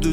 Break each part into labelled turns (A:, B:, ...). A: de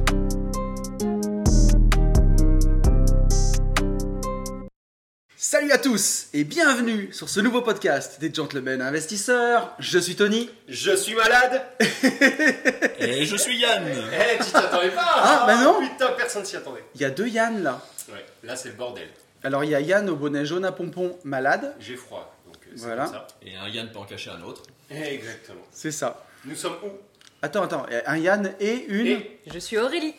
B: Salut à tous et bienvenue sur ce nouveau podcast des Gentlemen Investisseurs. Je suis Tony.
C: Je suis malade
D: Et je suis Yann
C: Eh, tu t'y attendais pas
B: Ah, bah non.
C: Putain, personne s'y attendait.
B: Il y a deux Yann là.
C: Ouais, là c'est le bordel.
B: Alors il y a Yann au bonnet jaune à pompons malade.
C: J'ai froid, donc euh, c'est
B: Voilà.
C: comme ça.
D: Et un Yann peut en cacher un autre.
C: Eh, exactement.
B: C'est ça.
C: Nous sommes où
B: Attends, attends. Un Yann et une.
C: Et
E: Je suis Aurélie.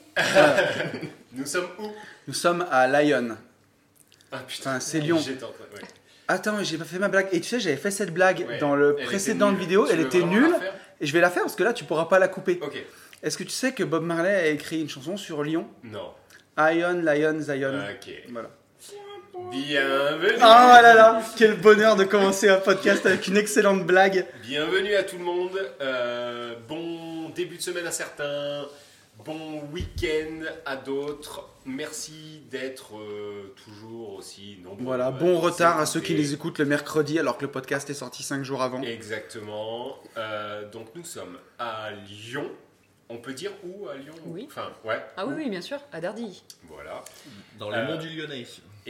C: nous sommes où
B: Nous sommes à Lyon.
C: Ah
B: Putain, c'est Lyon.
C: J'étais en train- ouais.
B: Attends, j'ai pas fait ma blague. Et tu sais, j'avais fait cette blague
C: Ouais,
B: dans le
C: elle était
B: précédente
C: nulle.
B: vidéo.
C: Tu
B: elle
C: veux
B: était
C: vraiment la
B: nulle.
C: faire
B: Et je vais la faire parce que là, tu pourras pas la couper.
C: Ok.
B: Est-ce que tu sais que Bob Marley a écrit une chanson sur Lyon
C: Non.
B: Ion, Lion, Zion.
C: Euh, Ok.
B: Voilà.
C: Bienvenue
B: Euh, Ah là là, quel bonheur de commencer un podcast avec une excellente blague.
C: Bienvenue à tout le monde. Euh, bon début de semaine à certains. Bon week-end à d'autres. Merci d'être euh, toujours aussi nombreux.
B: Voilà,
C: à
B: bon
C: nous
B: retard à ceux qui
C: écouter.
B: les écoutent le mercredi alors que le podcast est sorti 5 jours avant.
C: Exactement. Euh, donc nous sommes à Lyon. On peut dire où à Lyon
E: Oui.
C: Enfin, ouais.
E: Ah oui, oui, bien sûr, à Dardy.
C: Voilà.
D: Dans les
C: Euh.
D: monts du Lyonnais.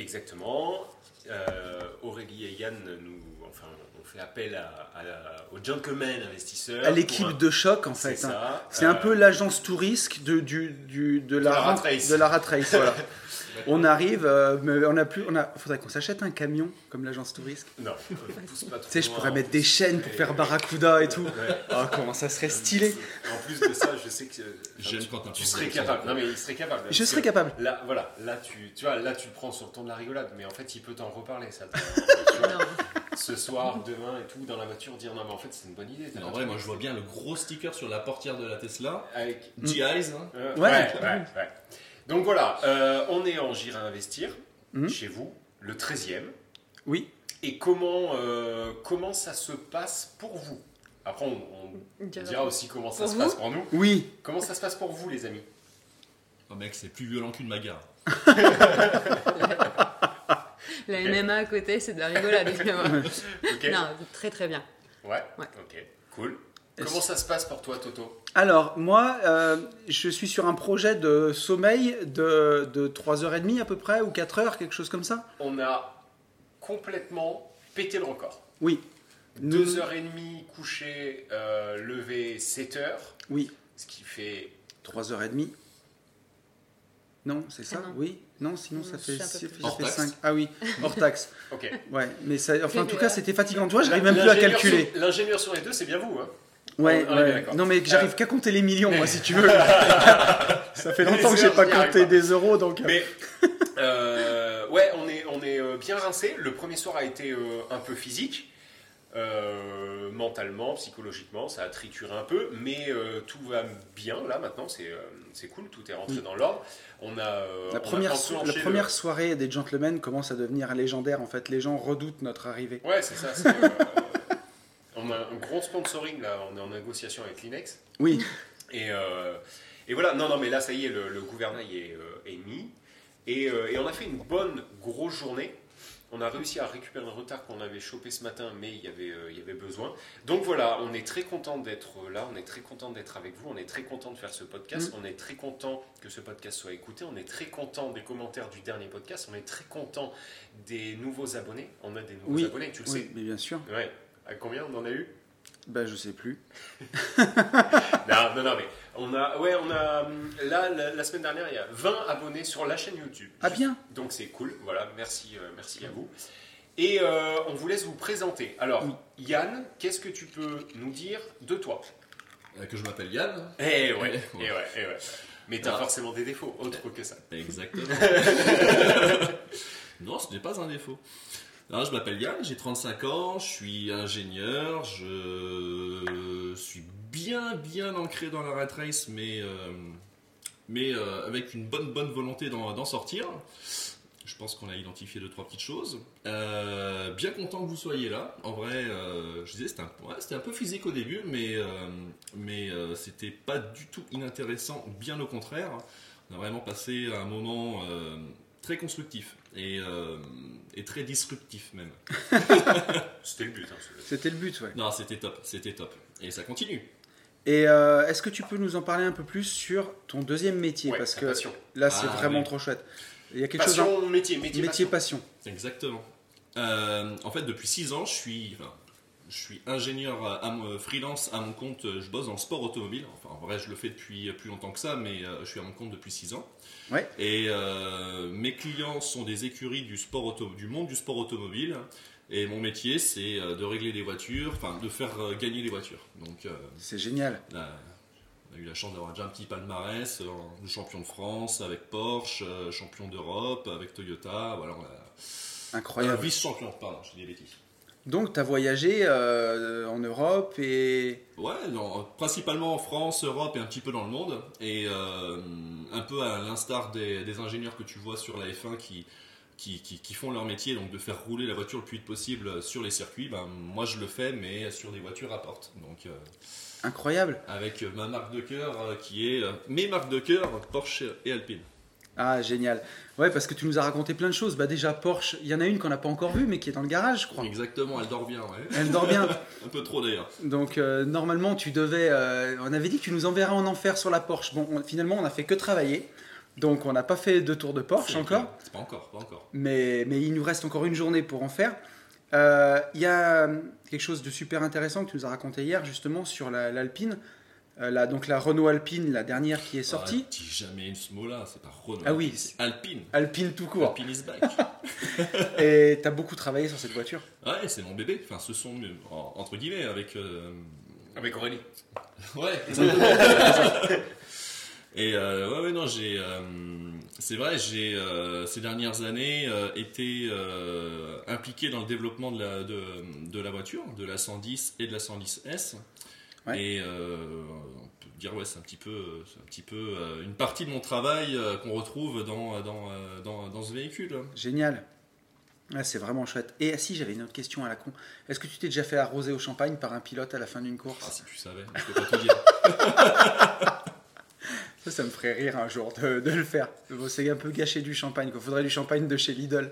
C: Exactement. Euh, Aurélie et Yann nous, enfin, on fait appel à, à la- aux gentlemen investisseurs.
B: À l'équipe
C: pour un-
B: de choc en
C: C'est
B: fait. hein.
C: ça.
B: C'est un
C: Euh,
B: peu l'agence tout risque de, du, du- de, la,
C: la
B: ran-
C: rat race.
B: de la rat race, voilà. on arrive, euh, mais on a plus, on a, faudrait qu'on s'achète un camion comme l'agence tout risque.
C: Non. euh, pousse pas trop
B: Tu sais, je
C: loin.
B: pourrais mettre des chaînes pour faire Barracuda et tout. Oh, comment ça serait stylé.
C: En plus de ça, je sais que. euh,
D: J'aime
C: tu-
D: quand un
C: Tu
D: peu
C: serais
D: ça.
C: capable. Non mais il serait capable.
B: Je
C: Parce
B: serais
C: que
B: capable.
C: Là, voilà, là tu, tu vois, là tu le prends sur le ton de la rigolade, mais en fait il peut t'en reparler ça. t'as- tu vois.
E: Non,
C: ce soir, demain et tout, dans la voiture, dire non, mais en fait, c'est une bonne idée. t'as
D: En
C: raison.
D: vrai, moi je vois bien le gros sticker sur la portière de la Tesla.
C: Avec.
D: G-Eyes. hein.
C: euh,
B: Ouais.
C: ouais, ouais, ouais. Donc voilà, euh, on est en Gira Investir,
B: Mhm.
C: chez vous, le 13e.
B: Oui.
C: Et comment, euh, comment ça se passe pour vous Après, on,
E: on
C: on
E: dirait-
C: dira aussi comment ça
E: Pour
C: se
E: vous
C: passe pour nous.
B: Oui.
C: Comment ça se passe pour vous, les amis
D: Oh mec, c'est plus violent qu'une maga.
E: La MMA à côté, c'est de la rigolade. évidemment.
C: Ok
E: non, très très bien.
C: Ouais.
E: Ouais.
C: Ok, cool.
B: Est-ce-
C: Comment ça se passe pour toi, Toto
B: Alors, moi, euh, je suis sur un projet de sommeil de, de 3h30 à peu près, ou 4h, quelque chose comme ça.
C: On a complètement pété le record.
B: Oui. Nous-
C: 2h30 couché, euh, levé 7h,
B: Oui.
C: ce qui fait
B: 3h30. Non, c'est ça
E: Ah non.
B: Oui. Non, sinon ça fait,
E: Je suis un peu
B: ça
E: plus.
B: fait
D: Hors taxe.
B: 5. Ah oui, hors taxe.
C: OK.
B: Ouais, mais ça, enfin, en tout
E: L'ingénieur-
B: cas, c'était fatigant. Tu vois, j'arrive même plus à
C: L'ingénieur
B: calculer.
C: sur- L'ingénieur sur les deux, c'est bien vous hein.
B: Ouais,
C: on est bien
B: ouais.
C: d'accord.
B: Non, mais que j'arrive
C: Euh,
B: qu'à compter les millions, moi, si tu veux. ça fait
C: Les
B: longtemps que j'ai
C: heures,
B: pas
C: j'y arrive
B: compté
C: pas.
B: des euros, donc. euh,
C: Mais euh, ouais, on est on est euh, bien rincé. Le premier soir a été euh, un peu physique. euh, mentalement, psychologiquement, ça a trituré un peu, mais euh, tout va bien là maintenant, c'est euh, c'est cool, tout est rentré
B: Oui.
C: dans l'ordre. On a euh, on
B: Mm. La
C: a
B: première, so- la
C: enclenché le-
B: première soirée des gentlemen commence à devenir légendaire en fait. Les gens redoutent notre arrivée.
C: Ouais, c'est ça. c'est, euh, on a un gros sponsoring là, on est en négociation avec l'Inex.
B: Oui,
C: Et, euh, et voilà, non, non, mais là, ça y est, le, le gouvernail est, euh, est mis. Et, euh, et on a fait une bonne grosse journée. On a réussi à récupérer le retard qu'on avait chopé ce matin, mais il y avait, euh, il y avait besoin. Donc voilà, on est très content d'être là, on est très content d'être avec vous, on est très content de faire ce
B: Mm.
C: podcast, on est très content que ce podcast soit écouté, on est très content des commentaires du dernier podcast, on est très content des nouveaux abonnés. On a des nouveaux
B: Oui,
C: abonnés, tu le
B: oui, mais bien sûr.
C: sais. Ouais. À combien on en a eu
B: Bah, je sais plus.
C: Non, non, non, mais on a, ouais, on a, hum, là, la, la semaine dernière, il y a 20 abonnés sur la chaîne YouTube.
B: Ah bien.
C: Donc c'est cool, voilà, merci, euh, merci à vous. Et euh, on vous laisse vous présenter. Alors, Yann, qu'est-ce que tu peux nous dire de toi
D: Euh, Que je m'appelle Yann.
C: Eh ouais,
D: Eh
C: eh
D: ouais.
C: ouais, eh ouais. Mais t'as
D: Ah.
C: forcément des défauts, autre que ça.
D: Exactement. non, ce n'est pas un défaut. Non, je m'appelle Yann, j'ai 35 ans, je suis ingénieur, je suis bien bien ancré dans la rat race, mais, euh, mais euh, avec une bonne, bonne volonté d'en d'en sortir. Je pense qu'on a identifié deux, trois petites choses. Euh, bien content que vous soyez là. En vrai, euh, je disais, c'était un, ouais, c'était un peu physique au début, mais, euh, mais euh, c'était pas du tout inintéressant, bien au contraire. On a vraiment passé un moment euh, très constructif et, euh, et très disruptif même.
C: C'était le but. hein, celui-là.
B: C'était le but, ouais.
D: Non, c'était top, c'était top. Et ça continue.
B: Et euh, est-ce que tu peux nous en parler un peu plus sur ton deuxième métier
C: Ouais,
B: Parce
C: la
B: que
C: passion.
B: là, c'est
D: Ah,
B: vraiment
D: oui.
B: trop chouette. Il y a quelque chose.
C: Passion, métier, métier,
B: Métier,
C: passion.
B: passion.
D: Exactement. Euh, en fait, depuis 6 ans, je suis, enfin, je suis ingénieur à mon- freelance à mon compte. Je bosse dans le sport automobile. Enfin, en vrai, je le fais depuis plus longtemps que ça, mais euh, je suis à mon compte depuis 6 ans.
B: Ouais.
D: Et euh, mes clients sont des écuries du, sport auto, du monde du sport automobile. Et mon métier, c'est euh, de régler les voitures, enfin, de faire euh, gagner les voitures. Donc, euh,
B: C'est génial.
D: Là, on a eu la chance d'avoir déjà un petit palmarès, euh, en- champion de France avec Porsche, euh, champion d'Europe avec Toyota, voilà, on a- euh,
B: Incroyable.
D: vice-champion, pardon, je dis des bêtises.
B: Donc, tu as voyagé euh, en Europe et.
D: Ouais, non, principalement en France, Europe et un petit peu dans le monde, et euh, un peu à l'instar des, des ingénieurs que tu vois sur la F1 qui, qui, qui- qui font leur métier, donc de faire rouler la voiture le plus vite possible sur les circuits, ben, moi je le fais, mais sur des voitures à porte, donc... euh,
B: Incroyable.
D: avec euh, ma marque de cœur euh, qui est euh, mes marques de cœur Porsche et Alpine.
B: Ah, génial. Ouais, parce que tu nous as raconté plein de choses. Bah, déjà, Porsche, il y en a une qu'on n'a pas encore vue, mais qui est dans le garage, je crois.
D: Exactement, elle dort bien, ouais.
B: Elle dort bien.
D: Un peu trop d'ailleurs.
B: Donc, euh, normalement, tu devais. euh, on avait dit que tu nous enverrais en enfer sur la Porsche. Bon, on- finalement, on n'a fait que travailler. Donc, on n'a pas fait de tour de Porsche
D: C'est
B: encore.
D: clair. C'est pas encore, pas encore.
B: mais, mais il nous reste encore une journée pour en faire. Euh, Il y a euh, quelque chose de super intéressant que tu nous as raconté hier, justement, sur la- l'Alpine. Euh, la- donc la Renault Alpine, la dernière qui est sortie.
D: Ah, dis jamais ce mot-là, c'est pas Renault.
B: Ah oui.
D: c'est Alpine.
B: Alpine tout court.
D: Alpine is back.
B: Et tu as beaucoup travaillé sur cette voiture.
D: ouais, c'est mon bébé. Enfin, ce sont mes- en- entre guillemets avec. euh,
C: Avec Aurélie.
D: Ouais. Et euh, ouais, ouais, non, j'ai. euh, c'est vrai, j'ai euh, ces dernières années euh, été euh, impliqué dans le développement de la, de, de la voiture, de la 110 et de la 110S.
B: Ouais.
D: Et euh, on peut dire, ouais, c'est un petit peu, euh, c'est un petit peu euh, une partie de mon travail euh, qu'on retrouve dans, dans, euh, dans, dans ce véhicule.
B: Génial. Ah, c'est vraiment chouette. Et ah, si, j'avais une autre question à la con. Est-ce que tu t'es déjà fait arroser au champagne par un pilote à la fin d'une
D: Ah,
B: course
D: si tu savais, je peux pas tout dire.
B: Ça, ça me ferait rire un jour de, de le faire. Bon, c'est un peu gâché du champagne. Il faudrait du champagne de chez Lidl.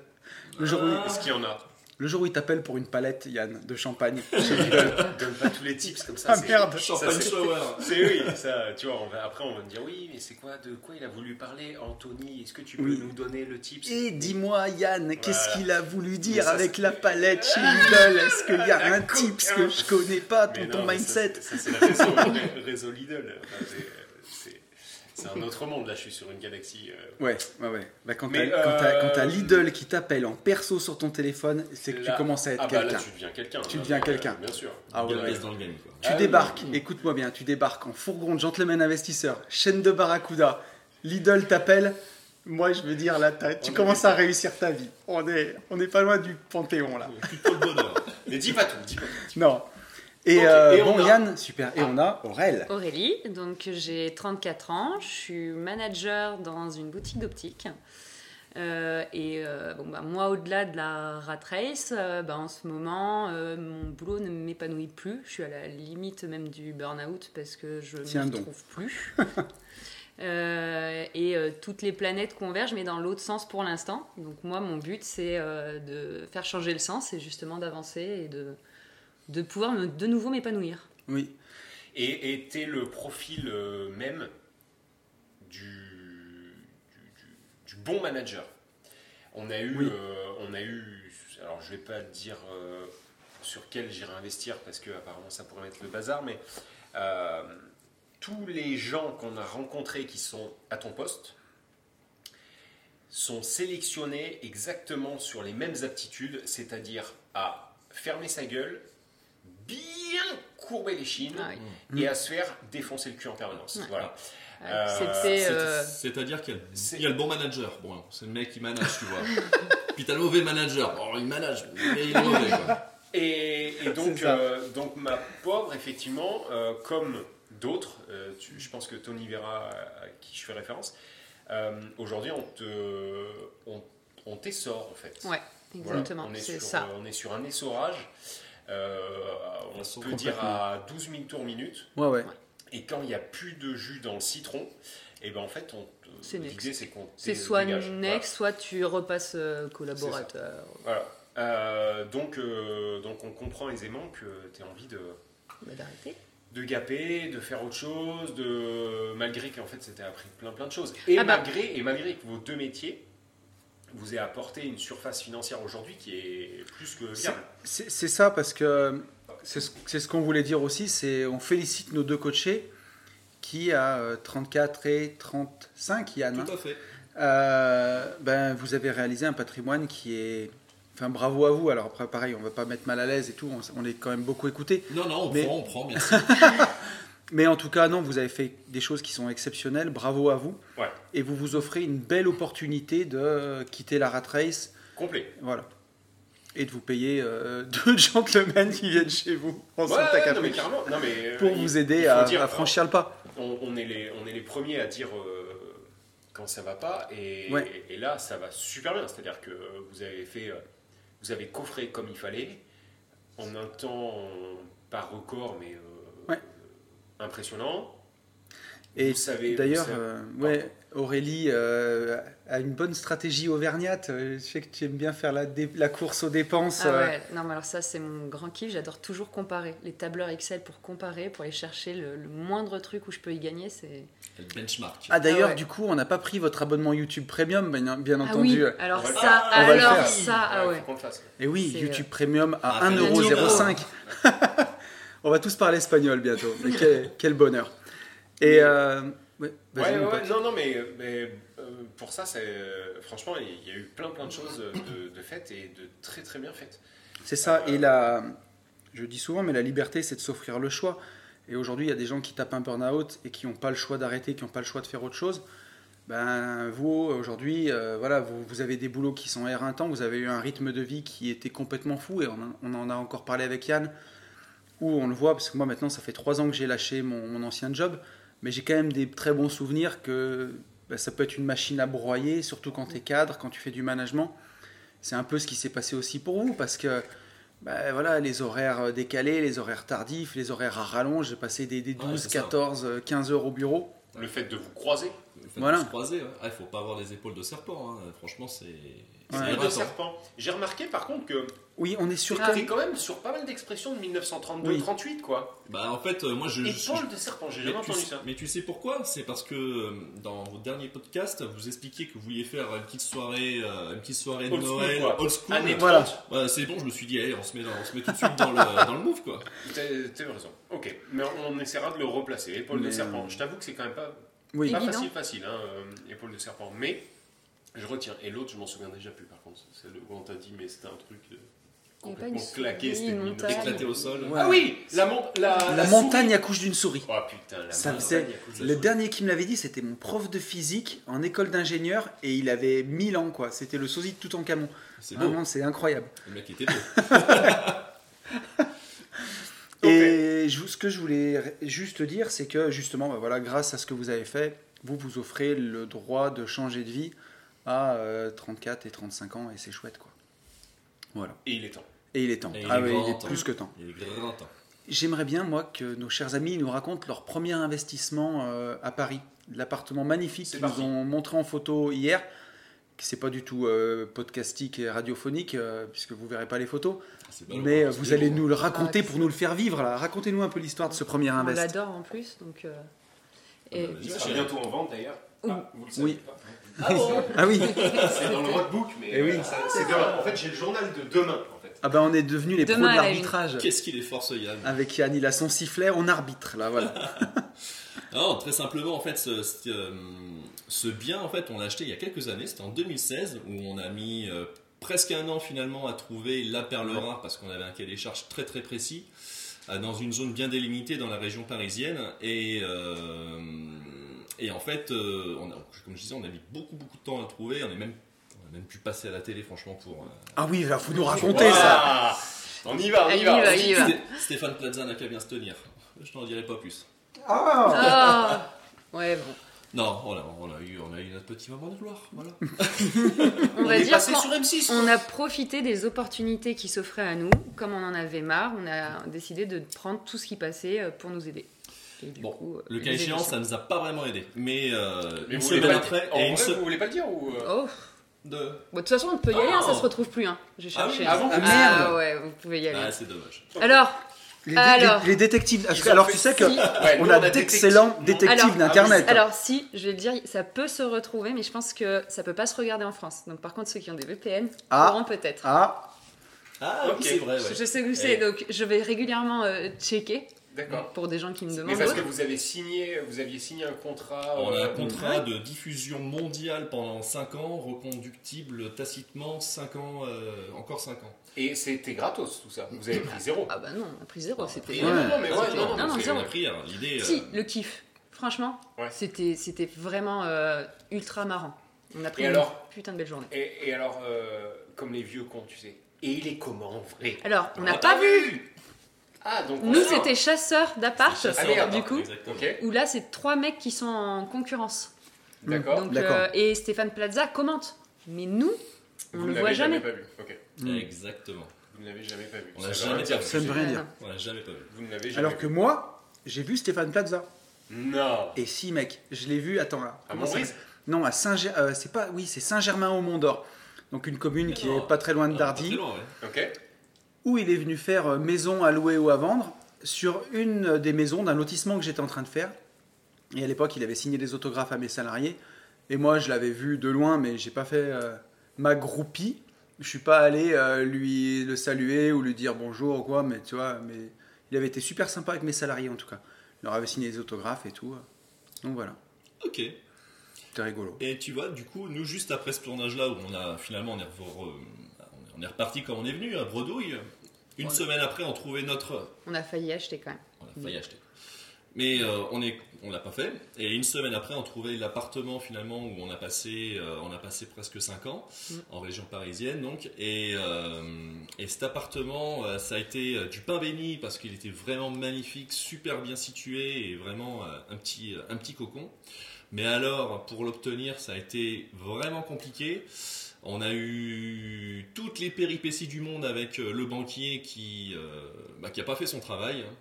B: Le jour, où,
C: Est-ce qu'il y en a
B: le jour où il t'appelle pour une palette, Yann, de champagne.
C: Donne pas tous les tips comme ça.
B: Ah
C: c'est-
B: merde
D: Champagne
C: c'est-
D: shower.
C: C'est oui, ça, tu vois, on va- après on va me dire oui, mais c'est quoi, de quoi il a voulu parler, Anthony Est-ce que tu peux
B: Oui.
C: nous donner le tips
B: Et dis-moi, Yann, qu'est-ce
C: Voilà.
B: qu'il a voulu
C: Mais
B: dire
C: ça,
B: avec
C: c'est-
B: la palette chez Lidl Est-ce qu'il y a
C: La
B: un tips
C: coquin.
B: que je connais pas,
C: Mais
B: ton,
C: non,
B: ton
C: mais
B: mindset
C: Ça, c'est- ça, c'est le réseau, le réseau Lidl. Enfin, c'est- c'est- c'est un autre monde, là, je suis sur une galaxie. euh,
B: Ouais, ouais, ouais. Bah, quand t'as
C: Mais,
B: quand t'as-
C: euh,
B: quand t'as Lidl qui t'appelle en perso sur ton téléphone, c'est que tu
C: là-
B: commences à être
C: ah, bah,
B: quelqu'un.
C: là, tu deviens quelqu'un.
B: Tu
C: là,
B: deviens
C: euh,
B: quelqu'un.
C: Bien sûr.
B: Ah ouais,
D: Bien
B: ouais.
D: baisse dans le game, quoi.
B: Tu
C: Ah oui.
B: débarques, écoute-moi bien, tu débarques en fourgon de gentleman investisseur, chaîne de Barracuda, Lidl t'appelle, moi je veux dire là, t'as- tu
C: On
B: commences
C: est-
B: à réussir ta vie. On est, on est pas loin du Panthéon là.
D: Plutôt le bonheur.
C: Mais dis pas tout, dis pas tout.
B: Non. Et,
C: Ok,
B: euh,
C: et on
B: bon
C: a-
B: Yann, super. Et on a Aurel.
E: Aurélie, donc j'ai 34 ans, je suis manager dans une boutique d'optique. Euh, et euh, bon, bah, moi, au-delà de la rat race, euh, bah, en ce moment, euh, mon boulot ne m'épanouit plus. Je suis à la limite même du burn-out parce que je
B: Tiens
E: ne m'y
B: donc.
E: trouve plus. Euh, et euh, toutes les planètes convergent, mais dans l'autre sens pour l'instant. Donc moi, mon but, c'est euh, de faire changer le sens et justement d'avancer et de, de pouvoir me- de nouveau m'épanouir.
B: Oui.
C: Et et t'es le profil euh, même du, du- du- du bon manager. On a eu,
B: Oui.
C: euh, on a eu, alors je vais pas dire euh, sur quel j'irai investir parce que apparemment ça pourrait mettre le bazar, mais euh, tous les gens qu'on a rencontrés qui sont à ton poste sont sélectionnés exactement sur les mêmes aptitudes, c'est-à-dire à fermer sa gueule, bien courber les chines,
E: Ah oui.
C: et à se faire défoncer le cul en permanence.
E: Ouais.
C: Voilà.
E: Ouais,
C: Euh,
E: Ah, C'était.
D: C'est-
E: euh,
D: C'est-à-dire qu'il y, a le-
C: c'est-
D: il y a le bon manager. Bon, c'est le mec qui manage, tu vois. Puis t'as le mauvais manager. Bon, il manage, mais il est mauvais, quoi.
C: Et, et donc,
B: C'est ça.
C: euh, donc ma pauvre, effectivement, euh, comme d'autres. Euh, tu- je pense que Tony Vera, à à qui je fais référence, euh, aujourd'hui, on te, on, on t'essore en fait.
E: Ouais,
C: Voilà,
E: exactement,
C: on est
E: c'est
C: sur- euh,
E: ça.
C: On est sur un essorage. euh, on peut
B: complètement.
C: dire à 12 000 tours minute.
B: Ouais, ouais.
C: Et quand il n'y a plus de jus dans le citron, et ben en fait, on te-
E: C'est
C: l'idée
E: next.
C: c'est qu'on
E: C'est
C: dé-
E: soit
C: dégage.
E: next, soit tu repasses euh, collaborateur.
C: Voilà. Voilà. Euh, donc, euh, donc on comprend aisément que tu as envie de,
E: Bah, d'arrêter.
C: de gaper, de faire autre chose, de malgré qu'en fait c'était appris plein plein de choses. Et,
E: Ah bah.
C: malgré, et malgré que vos deux métiers vous aient apporté une surface financière aujourd'hui qui est plus que
B: C'est-
C: viable.
B: C'est c'est ça parce que c'est ce, c'est ce qu'on voulait dire aussi, c'est on félicite nos deux coachés qui à euh, 34 et 35 Yann. hein.
D: Tout à fait.
B: Euh, ben, vous avez réalisé un patrimoine qui est... Enfin bravo à vous, alors après pareil, on va pas mettre mal à l'aise et tout, on, on est quand même beaucoup écouté.
D: Non, non, on
B: Mais-
D: prend, on prend, bien sûr.
B: Mais en tout cas, non, vous avez fait des choses qui sont exceptionnelles, bravo à vous.
C: Ouais.
B: Et vous vous offrez une belle opportunité de euh, quitter la rat race,
C: Complet.
B: voilà. Et de vous payer euh, deux gentlemen qui viennent chez vous en
C: Ouais,
B: Santa
C: ouais, non, mais
B: Capriccio.
C: carrément. Non, mais, euh,
B: pour
C: il-
B: vous
C: il
B: aider
C: faut
B: à,
C: dire,
B: à franchir le pas.
C: on, on est les, on est les premiers à dire euh, quand ça va pas et,
B: Ouais.
C: et là ça va super bien c'est à dire que vous avez fait euh, vous avez coffré comme il fallait en un temps euh, pas record mais euh,
B: Ouais.
C: impressionnant
B: Et
C: vous savez vous
B: D'ailleurs,
C: savez-
B: euh, ouais, Aurélie euh, a une bonne stratégie auvergnate. Euh, Je sais que tu aimes bien faire la, dé- la course aux dépenses.
E: Ah
B: euh,
E: ouais, non mais alors ça c'est mon grand kiff, j'adore toujours comparer. Les tableurs Excel pour comparer, pour aller chercher le, le moindre truc où je peux y gagner, c'est...
D: Le benchmark.
B: Ah d'ailleurs,
E: Ah ouais.
B: du coup, on n'a pas pris votre abonnement YouTube Premium, bien, bien
E: ah
B: entendu.
E: oui, alors
C: On va le
E: ça,
C: faire.
B: On va le
E: alors
B: faire.
E: ça, ah
C: faut
E: ouais.
C: qu'on le fasse.
B: Et oui,
E: C'est, euh,
B: YouTube Premium à
D: Ah,
B: 1,05€. on va tous parler espagnol bientôt. Mais quel, quel bonheur. Et... euh, ouais,
C: Ouais,
B: vas-y,
C: ouais,
B: mon
C: ouais,
B: pote.
C: non, non, mais, mais, euh, pour ça, c'est euh, franchement, il y a eu plein, plein de choses euh, de, de faites et de très, très bien faites.
B: C'est ça. Et la, je dis souvent, mais la liberté, c'est de s'offrir le choix. Et aujourd'hui, il y a des gens qui tapent un burn-out et qui n'ont pas le choix d'arrêter, qui n'ont pas le choix de faire autre chose. Ben, vous, aujourd'hui, euh, voilà, vous, vous avez des boulots qui sont éreintants, vous avez eu un rythme de vie qui était complètement fou, et on, en- on en a encore parlé avec Yann, où on le voit, parce que moi maintenant, ça fait trois ans que j'ai lâché mon, mon ancien job, mais j'ai quand même des très bons souvenirs que ben, ça peut être une machine à broyer, surtout quand tu es cadre, quand tu fais du management. C'est un peu ce qui s'est passé aussi pour vous, parce que ben, voilà, les horaires décalés, les horaires tardifs, les horaires à rallonge, j'ai passé des, des
D: Ouais,
B: 12,
D: c'est ça.
B: 14, euh, 15 heures au bureau.
C: Euh, Le fait de vous croiser,
B: Voilà.
D: voilà. se croiser. hein. Ah, il faut pas avoir les épaules de serpent. hein. Franchement, c'est. c'est
B: Ouais.
C: c'est
D: éreint,
C: de
D: hein.
C: serpent. J'ai remarqué par contre que
B: Oui, on est sur
C: T'es t'es quand même sur pas mal d'expressions de 1932-38, quoi.
D: Bah, en fait, euh, moi,
B: Mm.
D: je. je-
C: Épaule de serpent, j'ai
D: mais,
C: jamais
D: tu
C: entendu
D: sais,
C: ça.
D: mais tu sais pourquoi C'est parce que euh, dans votre dernier podcast, vous expliquiez que vous vouliez faire une petite soirée, euh, une petite soirée de
C: Old school,
D: Noël,
C: quoi. Ah,
D: old school.
C: Année
B: Ah, Voilà.
C: 30.
D: Ouais, c'est bon, je me suis dit, allez, on se met, dans- on se met tout de suite dans le, dans le move, quoi.
C: T'as t'as eu raison. Ok, mais on essaiera de le replacer. Épaule de
B: Mais,
C: serpent.
B: euh,
C: Je t'avoue que c'est quand même pas,
B: Oui,
C: pas
E: Évident.
C: facile, facile, hein, euh, épaule de serpent. Mais je retiens. Et l'autre, je m'en souviens déjà plus, par contre. C'est le où on t'a dit, mais c'était un truc de-
E: Il y a pas
C: complètement
E: une
C: claqué.
E: souris,
C: C'était
E: une
C: une-
E: montagne.
D: Éclaté au sol.
B: Ouais.
C: Ah oui La, mon- la,
B: la,
C: la souris.
B: montagne accouche d'une souris.
C: Oh putain, la
B: Ça
C: montagne
B: faisait-
C: accouche de la
B: Le
C: souris.
B: dernier qui me l'avait dit, c'était mon prof de physique en école d'ingénieur et il avait 1000 ans, quoi. C'était le sosie de Toutankhamon.
D: C'est beau.
B: Vraiment, c'est incroyable.
D: Le mec était beau.
C: Ok.
B: Et je- ce que je voulais ré- juste dire, c'est que justement, bah voilà, grâce à ce que vous avez fait, vous vous offrez le droit de changer de vie à euh, 34 et 35 ans et c'est chouette, quoi. Voilà.
C: Et il est temps.
B: Et il est temps.
D: Et il
B: ah
D: est
B: oui,
D: grand
B: il est
D: temps.
B: plus que temps.
D: Il est grand hein. temps.
B: J'aimerais bien, moi, que nos chers amis nous racontent leur premier investissement euh, à Paris. L'appartement magnifique
C: C'est
B: qu'ils
C: parti.
B: nous ont montré en photo hier, qui c'est pas du tout euh, podcastique et radiophonique, euh, puisque vous verrez pas les photos,
D: C'est ballot,
B: mais
D: hein,
B: euh,
D: c'est
B: vous
D: beau,
B: allez
D: hein.
B: nous le raconter
E: Ah,
B: pour nous le faire vivre. là. Racontez-nous un peu l'histoire de ce premier
E: On
B: invest.
E: l'adore en plus, donc... euh,
D: Ah
E: et-
D: bah, vas-y.
C: Il
D: Ouais.
C: sera bientôt en vente d'ailleurs. Ah, vous le savez
B: Oui.
C: pas.
D: Ah bon
B: Ah oui,
C: C'est dans le roadbook, mais
B: Eh oui.
C: euh, ça- c'est demain. En fait, j'ai le journal de demain, en fait.
B: ah ben on est devenus les
E: Demain
B: pros de
E: à la une.
B: l'arbitrage.
D: Qu'est-ce qu'il est fort ce Yann
B: Avec Yann, il a son sifflet, on arbitre là, voilà.
D: Non, très simplement, en fait, ce, ce- euh, ce bien, en fait, on l'a acheté il y a quelques années, c'était en 2016, où on a mis euh, presque un an finalement à trouver la perle rare, parce qu'on avait un cahier des charges très très précis, euh, dans une zone bien délimitée dans la région parisienne. Et, euh, et en fait, euh, on a- comme je disais, on a mis beaucoup beaucoup de temps à le trouver, on, est même, on a même pu passer à la télé, franchement, pour. euh,
B: Ah oui, il faut nous raconter
C: Comptez
B: ça.
C: ça On y va, on
E: Elle
C: y
E: y
C: va.
E: va, elle y va.
D: Sté- Stéphane Plaza n'a qu'à bien se tenir. Je n'en dirai pas plus.
B: Ah
E: Ah Ouais, bon.
D: Non, on a, on a eu, on a eu notre petit moment de gloire. Voilà.
E: On, va
C: est
E: dire
C: passé
E: qu'on-
C: sur M6.
E: on a profité des opportunités qui s'offraient à nous. Comme on en avait marre, on a décidé de prendre tout ce qui passait euh, pour nous aider. Et du
D: Bon,
E: coup, euh,
D: Le cas
E: les
D: échéant,
E: émissions.
D: ça nous a pas vraiment aidé. Mais, euh,
C: Mais
D: une
C: vous voulez
D: semaine
C: pas le-
D: après,
C: en
D: et une
C: vrai,
D: se-
C: vous voulez pas le dire ou euh,
E: Oh.
D: de-
E: Bon, de toute façon, on peut y aller, hein,
D: Ah.
E: ça se retrouve plus. hein. J'ai
D: Ah oui,
E: cherché.
C: ah bon
B: Ah, merde.
E: ouais, vous pouvez y aller.
D: Ah, c'est dommage.
E: Alors,
B: les,
E: Alors.
B: les- les détectives.
C: Ils ont
B: alors
C: fait
B: tu sais que
E: si,
C: ouais, nous,
B: on a
C: détecté-
B: d'excellents
C: Non.
B: détectives
E: Alors,
B: d'internet.
E: alors si, je vais le dire, ça peut se retrouver, mais je pense que ça peut pas se regarder en France. Donc par contre, ceux qui ont des VPN
B: Ah.
E: pourront peut-être.
B: Ah,
D: Ah,
C: Ok.
D: oui, c'est vrai,
E: Je-
D: ouais.
E: Je sais où c'est,
D: Eh.
E: donc je vais régulièrement euh, checker
C: D'accord.
E: pour des gens qui me
C: Mais
E: demandent.
C: parce que
E: d'autres.
C: vous avez signé, vous aviez signé un contrat.
D: On a
C: euh,
D: un contrat de diffusion mondiale pendant 5 ans, reconductible tacitement 5 ans, euh, encore 5 ans.
C: Et c'était gratos tout ça. Vous avez pris zéro.
E: Ah bah non, on a pris zéro, c'était.
D: Ouais.
C: Non, non, mais
D: Ah,
C: ouais,
D: c'était-
C: non, non,
E: non,
C: mais
E: non,
C: c'est-
E: zéro.
D: on a pris, hein, l'idée.
E: Si,
D: euh,
E: le kiff. Franchement,
C: Ouais.
E: c'était c'était vraiment euh, ultra marrant. On a pris
C: Et
E: une
C: alors
E: putain de belle journée.
C: Et, et alors, euh, comme les vieux cons, tu sais. Et il est comment en vrai
E: Alors, on n'a
C: Ah,
E: pas vu.
C: Ah donc.
E: Nous,
C: enfin,
E: c'était chasseurs d'appart,
D: chasseurs
C: Ah, merde.
E: du coup.
D: Exactement.
C: Ok.
E: Où là, c'est trois mecs qui sont en concurrence.
C: D'accord.
E: Donc,
B: D'accord.
E: euh, et Stéphane Plaza commente. Mais nous, on
C: Vous
E: ne le
C: n'avez
E: voit jamais.
C: pas vu. Ok.
B: Mm.
D: Exactement.
C: Vous ne l'avez jamais pas vu.
D: On n'a
C: Ça
D: jamais
C: va.
D: été
B: ça ne veut rien
E: Ah,
B: dire.
E: non.
D: On l'a jamais pas vu.
C: Vous ne l'avez jamais
B: Alors que
C: vu.
B: moi, j'ai vu Stéphane Plaza.
C: Non.
B: Et si, mec, je l'ai vu. Attends, là,
C: À
B: comment ça
C: Maurice
B: Non, à Saint, euh, c'est pas, oui, c'est Saint-Germain au Mont d'Or. Donc une commune qui
D: Non.
B: est pas très loin de
D: Ah,
B: Dardy,
D: pas très loin, ouais.
C: Ok.
B: où il est venu faire euh, maison à louer ou à vendre sur une euh, des maisons d'un lotissement que j'étais en train de faire. Et à l'époque, il avait signé des autographes à mes salariés. Et moi, je l'avais vu de loin, mais j'ai pas fait euh, ma groupie. Je suis pas allé euh, lui le saluer ou lui dire bonjour ou quoi, mais tu vois, mais il avait été super sympa avec mes salariés en tout cas. Il leur avait signé des autographes et tout. euh. Donc voilà,
D: Ok.
B: c'était rigolo.
D: Et tu vois, du coup, nous, juste après ce tournage-là, où on a finalement, on est, re- re- on est reparti comme on est venu, à Bredouille, une semaine après, on trouvait notre.
E: On a failli acheter quand même.
D: On a failli acheter. Mais euh, on est, on l'a pas fait. Et une semaine après, on trouvait l'appartement finalement où on a passé, euh, on a passé presque 5 ans
E: Mm.
D: en région parisienne donc. Et, euh, et cet appartement, euh, ça a été euh, du pain béni parce qu'il était vraiment magnifique, super bien situé et vraiment euh, un petit, un petit cocon. Mais alors, pour l'obtenir, ça a été vraiment compliqué. On a eu toutes les péripéties du monde avec euh, le banquier qui n'a qui a pas fait son travail hein,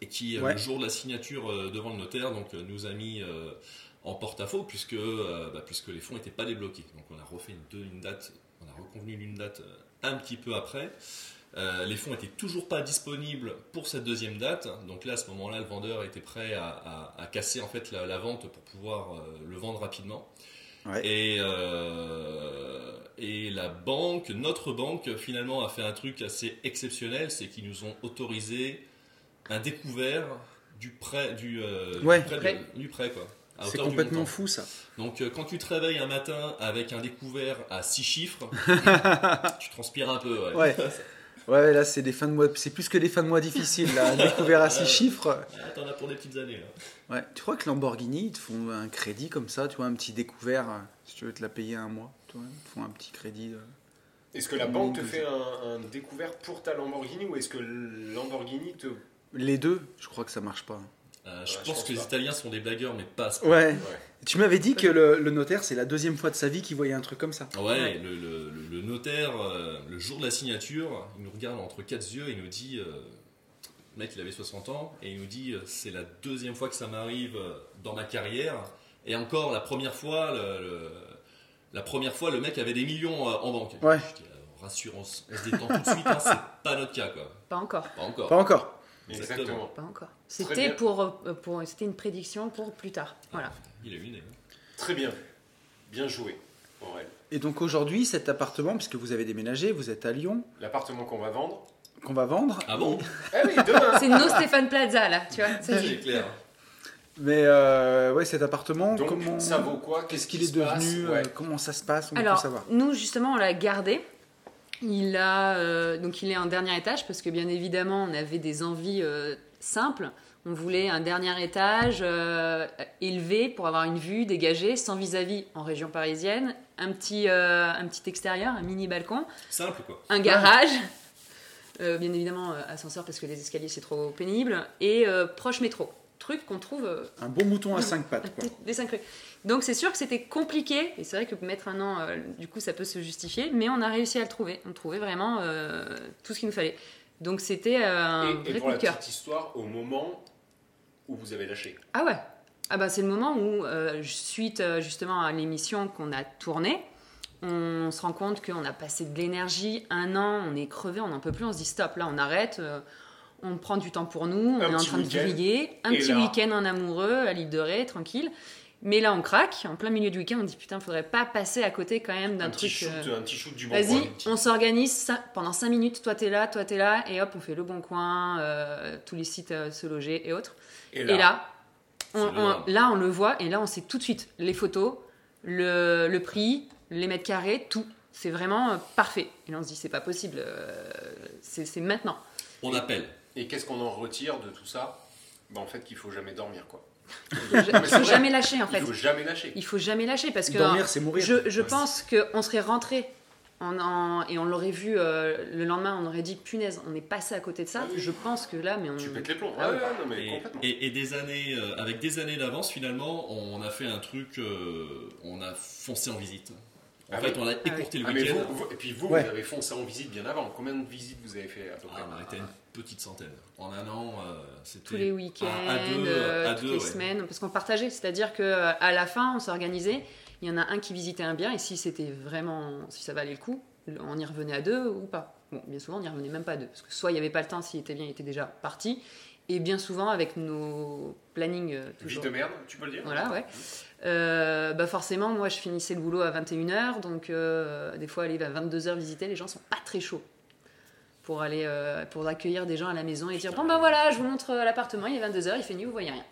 D: et qui, euh,
B: Ouais.
D: le jour de la signature euh, devant le notaire, donc, euh, nous a mis euh, en porte-à-faux puisque, euh, bah, puisque les fonds n'étaient pas débloqués. Donc on a refait une, deux- une date, on a reconvenu une date euh, un petit peu après. Euh, les fonds n'étaient toujours pas disponibles pour cette deuxième date. Donc là, à ce moment-là, le vendeur était prêt à, à- à casser en fait la, la vente pour pouvoir euh, le vendre rapidement.
B: Ouais.
D: Et, euh, et la banque, notre banque, finalement a fait un truc assez exceptionnel, c'est qu'ils nous ont autorisé un découvert du prêt, du, euh,
B: Ouais.
D: du prêt,
E: Prêt.
D: de- du prêt, quoi. à
B: C'est
D: hauteur du
B: complètement
D: montant.
B: fou ça.
D: Donc euh, quand tu te réveilles un matin avec un découvert à six chiffres, tu transpires un peu. ouais.
B: Ouais. Ouais, là, c'est des fins de mois. C'est plus que des fins de mois difficiles, là. Découvert à six chiffres.
D: Ah, T'en as pour des petites années. Là.
B: Ouais. Tu crois que Lamborghini, ils te font un crédit comme ça, tu vois, un petit découvert, euh, si tu veux te la payer un mois. Tu vois, ils te font un petit crédit. euh.
C: Est-ce que la banque te
B: Mmh.
C: fait un, un découvert pour ta Lamborghini ou est-ce que Lamborghini te.
B: Les deux, je crois que ça marche pas.
D: Euh, je
C: Ouais,
D: pense
C: je pense
D: que les
C: pas.
D: Italiens sont des blagueurs, mais pas. à ce point.
B: Ouais.
C: Ouais.
B: Tu m'avais dit que le, le notaire, c'est la deuxième fois de sa vie qu'il voyait un truc comme ça.
D: Ouais, Le, le- le- le notaire, euh, le jour de la signature, il nous regarde entre quatre yeux et il nous dit. euh, le mec, il avait 60 ans et il nous dit euh, C'est la deuxième fois que ça m'arrive euh, dans ma carrière. Et encore, la première fois, le, le- la première fois, le mec avait des millions euh, en banque.
B: Ouais.
D: Je dis, euh, Rassurance, on se détend tout de suite, hein, c'est pas notre cas, quoi.
E: Pas encore.
D: Pas encore.
B: Pas encore.
C: Exactement.
E: Pas
C: bien.
E: encore. C'était pour, euh, pour c'était une prédiction pour plus tard. Voilà.
D: Il est une.
C: Très bien. Bien joué, Aurel.
B: Et donc aujourd'hui, cet appartement, puisque vous avez déménagé, vous êtes à Lyon,
C: L'appartement qu'on va vendre.
B: qu'on va vendre.
D: Ah bon
C: Ah oui, demain
E: C'est nos Stéphane Plaza là, tu vois. ça y
D: C'est
E: est.
D: clair. hein.
B: Mais euh, ouais, cet appartement,
C: Donc,
B: comment.
C: ça vaut quoi
B: Qu'est-ce
C: Qu'est-ce
B: qu'il
C: qui
B: est
C: se passe
B: devenu
C: Ouais.
B: euh, Comment ça se passe On peut
E: Alors
B: savoir.
E: nous justement on l'a gardé. Il a euh, donc il est en dernier étage parce que bien évidemment on avait des envies euh, simples. On voulait un dernier étage euh, élevé pour avoir une vue dégagée, sans vis-à-vis en région parisienne, un petit, euh, un petit extérieur, un mini balcon,
D: Simple, quoi.
B: Ah.
E: un garage, Euh, bien évidemment euh, ascenseur parce que les escaliers c'est trop pénible, et euh, proche métro. trucs qu'on trouve euh,
B: Un bon mouton à cinq pattes, quoi.
E: des- des cinq rues. Donc c'est sûr que c'était compliqué, et c'est vrai que mettre un an, euh, du coup, ça peut se justifier, mais on a réussi à le trouver. On trouvait vraiment euh, tout ce qu'il nous fallait. Donc c'était euh, un
C: Et, et
E: vrai
C: pour
E: coup
C: la
E: de cœur.
C: petite histoire, au moment où vous avez lâché.
E: Ah ouais Ah bah c'est le moment où, euh, suite euh, justement à l'émission qu'on a tournée, on se rend compte qu'on a passé de l'énergie, un an, on est crevé, on n'en peut plus, on se dit stop, là on arrête, euh, on prend du temps pour nous, on
C: Un
E: est en
C: petit
E: train de
C: week-end.
E: griller, un
C: Et
E: petit
C: là-
E: week-end en amoureux à l'île de Ré, tranquille. Mais là on craque, en plein milieu du week-end, on dit putain, faudrait pas passer à côté quand même d'un
C: Un, petit
E: truc.
C: shoot,
E: euh,
C: un petit shoot du bon
E: Vas-y,
C: coin.
E: on s'organise ça- pendant 5 minutes, toi t'es là, toi t'es là, et hop, on fait le bon coin, euh, tous les sites euh, se loger et autres.
C: Et
E: Et là, on,
D: C'est le drame.
E: on- là, on le voit et là, on sait tout de suite les photos, le, le prix, les mètres carrés, tout. C'est vraiment euh, parfait. Et là, on se dit, c'est pas possible, euh, c'est c'est maintenant.
D: On appelle.
C: Et qu'est-ce qu'on en retire de tout ça bah, En fait, qu'il faut jamais dormir. quoi.
E: Il faut ja-
C: Mais
E: il
C: c'est
E: faut
C: vrai.
E: jamais lâcher, en
C: Il
E: fait.
C: faut jamais lâcher.
E: Il faut jamais lâcher parce que euh,
B: Dormir, c'est mourir.
E: je, je
D: Ouais.
E: pense qu'on serait rentré en, en- et on l'aurait vu euh, le lendemain, on aurait dit, punaise, on est passé à côté de ça.
C: Ah oui.
E: Je pense que là, mais on.
C: Tu pètes les plombs.
E: Ah
C: Ah
E: ouais.
C: ouais, ouais, non, mais
D: Mmh. Et,
C: complètement.
D: et- et des années, euh, avec des années d'avance, finalement, on a fait un truc, euh, on a foncé en visite. En
C: Ah
D: fait,
C: oui.
D: on a
E: oui.
D: écourté
C: Ah,
D: le
C: mais
D: week-end.
C: vous- vous- et puis vous,
B: Ouais.
C: vous avez foncé en visite bien avant. Combien de visites vous avez fait à peu près
D: Ah, on était à une petite centaine. En un an, euh, c'était.
E: tous les week-ends,
D: à- à deux,
E: euh,
D: à
E: toutes
D: deux,
E: les
D: ouais.
E: semaines, parce qu'on partageait, c'est-à-dire que euh, à la fin, on s'organisait. Il y en a un qui visitait un bien, et si c'était vraiment, si ça valait le coup, on y revenait à deux ou pas. Bon, bien souvent, on n'y revenait même pas à deux, parce que soit il n'y avait pas le temps, s'il était bien, il était déjà parti, et bien souvent avec nos plannings euh,
C: Vie
E: toujours.
C: de merde, tu peux le dire
E: Voilà, ouais. Euh, bah forcément, moi, je finissais le boulot à 21h, donc euh, des fois, aller à 22h visiter, les gens sont pas très chauds pour aller euh, pour accueillir des gens à la maison et dire bon ben voilà, je vous montre euh, l'appartement, il est 22h, il fait nuit, vous voyez rien.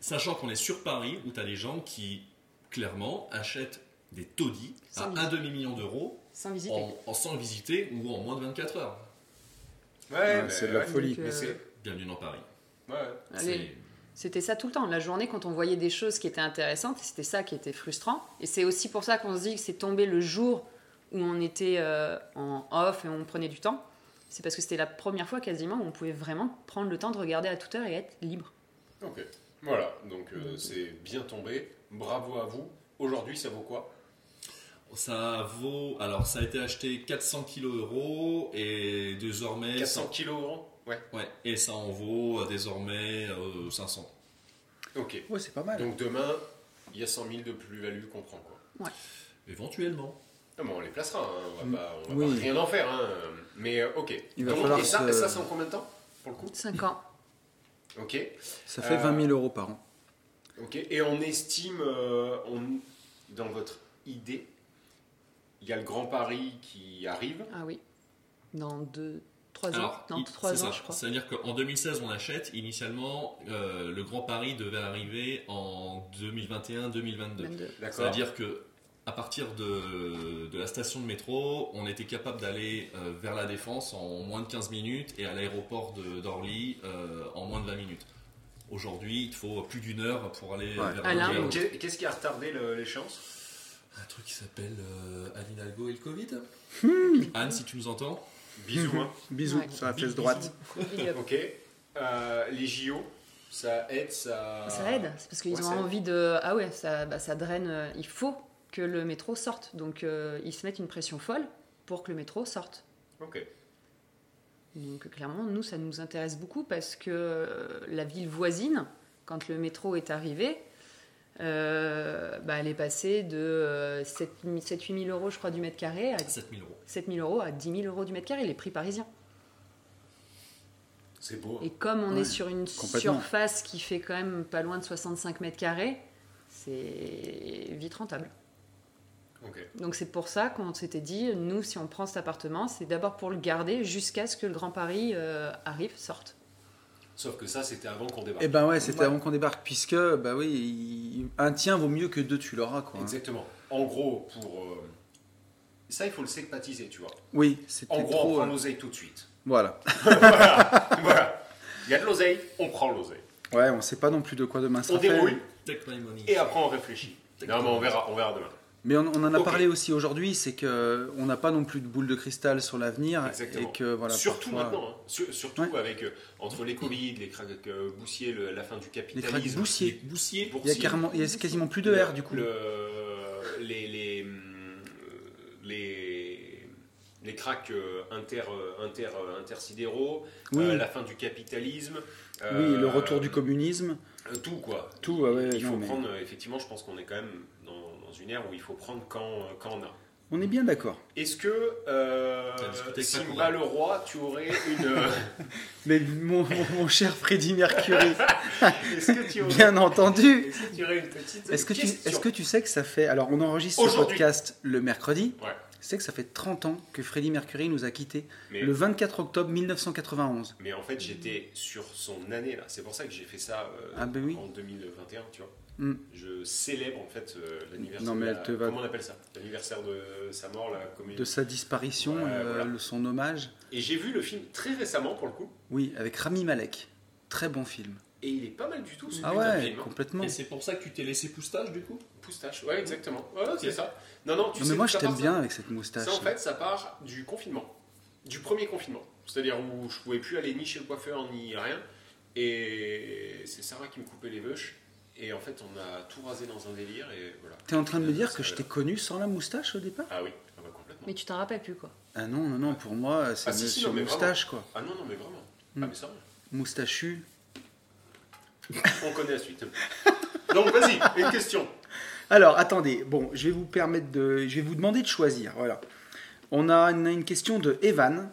D: Sachant qu'on est sur Paris, où tu as les gens qui, clairement, achètent des taudis à
E: Sans
D: un demi-million d'euros
E: Sans visiter.
C: Oh,
D: en, en sans le visiter ou en moins de 24 heures.
C: Ouais,
B: Ouais,
C: mais-
B: c'est de la
C: ouais.
B: folie.
E: Donc, euh,
C: Mais c'est-
D: Bienvenue dans Paris.
C: ouais.
E: Allez, C'était ça tout le temps. La journée, quand on voyait des choses qui étaient intéressantes, c'était ça qui était frustrant. Et c'est aussi pour ça qu'on se dit que c'est tombé le jour où on était euh, en off et on prenait du temps. C'est parce que c'était la première fois quasiment où on pouvait vraiment prendre le temps de regarder à toute heure et être libre.
C: Ok. Voilà, donc euh, c'est bien tombé. Bravo à vous. Aujourd'hui, ça vaut quoi
D: Ça vaut. Alors, ça a été acheté 400 kilos euros et désormais.
C: 400 kilos euros Ouais.
D: ça- ouais, et ça en vaut euh, désormais euh, 500.
C: Ok.
B: Ouais, c'est pas mal.
C: Donc demain, il y a 100 000 de plus-value qu'on prend. Quoi.
D: Éventuellement.
C: Non, mais on les placera, hein. on va,
B: Mm.
C: pas, on va
B: Oui.
C: pas rien en faire. hein. Mais euh, ok.
B: Il va
C: Donc,
B: falloir
C: et ça,
B: se-
C: ça c'est en combien de temps Pour le coup
E: 5 ans.
C: Ok.
B: Ça fait
C: Euh,
B: 20 000 euros par an.
C: Ok. Et on estime, euh, on- dans votre idée, il y a le Grand Paris qui arrive.
E: Ah oui. Dans 2, 3 ans.
D: Alors,
E: Non,
D: il-
E: 3
D: c'est
E: ans,
D: ça.
E: je crois.
D: C'est-à-dire qu'en 2016, on achète. Initialement, euh, le Grand Paris devait arriver en 2021-2022.
E: 22.
C: D'accord.
D: C'est-à-dire que à partir de, de la station de métro, on était capable d'aller euh, vers la Défense en moins de 15 minutes et à l'aéroport de- d'Orly euh, en moins de 20 minutes. Aujourd'hui, il te faut plus d'une heure pour aller euh,
B: Ouais.
D: vers
E: À l'un
D: l'un.
C: Et qu'est- Qu'est-ce qui a retardé le- l'échéance
D: Un truc qui s'appelle euh, Anne Hidalgo et le Covid. Anne, si tu nous entends.
C: Bisous.
B: Mhm.
C: hein.
B: Bisous
E: Ouais.
B: sur la fesse droite.
E: Big up.
C: Ok. Euh, les JO, ça aide,
D: Ah.
C: ça.
E: Ça aide, c'est parce qu'ils
C: Ouais,
E: ont
C: ça aide.
E: envie de. Ah ouais, ça, bah, ça draine. euh, Il faut que le métro sorte. Donc euh, ils se mettent une pression folle pour que le métro sorte.
C: Ok.
E: Donc euh, clairement, nous, ça nous intéresse beaucoup parce que euh, la ville voisine, quand le métro est arrivé, euh, bah, elle est passée de euh, 7-8 000 euros, je crois, du mètre carré à
D: 7000 euros.
E: 7 000 euros à 10 000 euros du mètre carré, les prix parisiens.
C: C'est beau. hein.
E: Et comme on
B: Ouais,
E: est sur une
B: complètement.
E: surface qui fait quand même pas loin de 65 mètres carrés, c'est vite rentable.
C: Ok.
E: Donc c'est pour ça qu'on s'était dit, nous, si on prend cet appartement, c'est d'abord pour le garder jusqu'à ce que le Grand Paris euh, arrive, sorte.
C: Sauf que ça, c'était avant qu'on débarque.
B: Eh ben ouais, c'était
E: Ouais.
B: avant qu'on débarque, puisque bah oui, il- un tien vaut mieux que deux, tu l'auras quoi. hein.
C: Exactement. En gros, pour. euh, Ça, il faut le sécpatiser, tu vois.
B: Oui,
C: En
B: c'était
C: gros, on
B: trop.
C: prend
B: euh,
C: l'oseille tout de suite.
B: Voilà.
C: voilà. Il y a de l'oseille, on prend l'oseille.
B: Ouais, on sait pas non plus de quoi demain sera
C: On
B: fait.
C: dérouille
D: Take my money.
C: et après on réfléchit. Non,
D: D'accord.
C: mais on verra, on verra demain.
B: Mais on, on en a
C: Ok.
B: parlé aussi aujourd'hui, c'est que on n'a pas non plus de boule de cristal sur l'avenir
C: Exactement.
B: et que voilà.
C: surtout
B: parfois,
C: maintenant, hein. Sur- surtout
B: Ouais.
C: avec euh, entre les Covid, les craques euh, boussiers, le- la fin du
B: Les cracks
C: capitalisme,
D: Les
B: boussiers.
D: boussiers
C: hein,
D: pour.
B: Il y a carrément, il y a quasiment plus de
C: le-
B: R du coup.
C: le- les les hum, les les cracks euh, inter euh, inter euh, intersidéraux,
B: Oui.
C: euh, la fin du capitalisme,
B: Oui,
C: euh,
B: le retour du communisme.
C: euh, tout quoi.
B: Tout, ouais, ouais,
C: il faut
B: non, mais-
C: prendre euh, effectivement, je pense qu'on est quand même dans, dans une ère où il faut prendre quand euh, quand on a.
B: On est bien d'accord.
C: Est-ce que euh,
D: T'as discuté avec
C: Simba
D: Paco,
C: le roi, tu aurais une euh,
B: Mais mon, mon- mon cher Freddie Mercury,
C: est-ce que tu aurais
B: bien entendu.
C: Est-ce que tu aurais une petite
B: Est-ce que tu,
C: question
B: est-ce que tu sais que ça fait alors on enregistre ce
C: Aujourd'hui.
B: podcast le mercredi.
C: Ouais.
B: Tu sais que ça fait 30 ans que Freddie Mercury nous a quittés
C: mais,
B: le 24 octobre 1991.
C: mais en fait, j'étais sur son année là. C'est pour ça que j'ai fait ça euh,
B: Ah ben oui.
C: en 2021, tu vois.
B: Mm.
C: Je célèbre en fait euh, l'anniversaire.
B: Non, mais
C: de
B: elle
C: la-
B: te va-
C: Comment on appelle ça L'anniversaire de sa mort, la commune.
B: De sa disparition,
C: Ouais,
B: euh,
C: voilà.
B: le- son hommage.
C: Et j'ai vu le film très récemment pour le coup,
B: Oui, avec Rami Malek. Très bon film.
C: et il est pas mal du tout. Ce
B: Ah
C: putain de
B: ouais,
C: film, hein.
B: complètement.
D: Et c'est pour ça que tu t'es laissé poustage du coup
C: Poustache. Ouais, exactement. Ouais, c'est ça. Non, non. Tu
B: Non
C: sais
B: mais moi
C: d'où
B: je
C: ça
B: t'aime
C: part,
B: bien avec cette moustache.
C: Ça, en fait, ça part du confinement, du premier confinement. C'est-à-dire où je pouvais plus aller ni chez le coiffeur ni rien. Et c'est Sarah qui me coupait les veuches. Et en fait, on a tout rasé dans un délire et voilà.
B: T'es en train de me dire
C: Ça
B: que
C: va.
B: je t'ai connu sans la moustache au départ
C: Ah oui, ah bah, complètement.
E: Mais tu t'en rappelles plus, quoi.
B: Ah non, non, non, pour moi c'est
C: Ah si, si,
B: monsieur
C: non, mais
B: moustache quoi.
C: Ah non, non, mais vraiment.
B: Mm.
C: Ah, mais ça,
B: Moustachu.
C: on connaît la suite. Donc vas-y, une question.
B: Alors attendez, bon, je vais vous permettre de. Je vais vous demander de choisir, voilà. On a une, une question de Evan,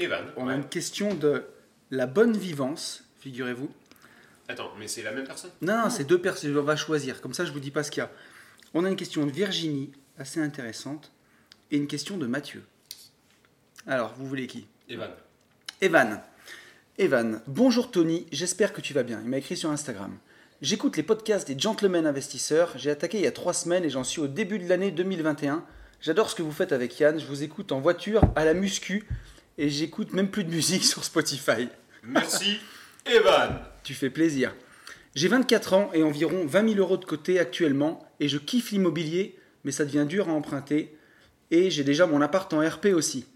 C: Evan.
B: on
C: ouais.
B: a une question de la bonne vivance, figurez-vous.
C: Attends, mais c'est la même personne
B: Non, non, c'est deux personnes, on va choisir, comme ça je vous dis pas ce qu'il y a. On a une question de Virginie, assez intéressante, et une question de Mathieu. Alors, vous voulez qui
C: Evan.
B: Evan. Evan, bonjour Tony, j'espère que tu vas bien. Il m'a écrit sur Instagram. J'écoute les podcasts des gentlemen investisseurs. J'ai attaqué il y a trois semaines et j'en suis au début de l'année 2021. J'adore ce que vous faites avec Yann. Je vous écoute en voiture, à la muscu et j'écoute même plus de musique sur Spotify.
C: Merci, Evan.
B: Tu fais plaisir. J'ai 24 ans et environ 20 000 euros de côté actuellement et je kiffe l'immobilier, mais ça devient dur à emprunter. Et j'ai déjà mon appart en RP aussi.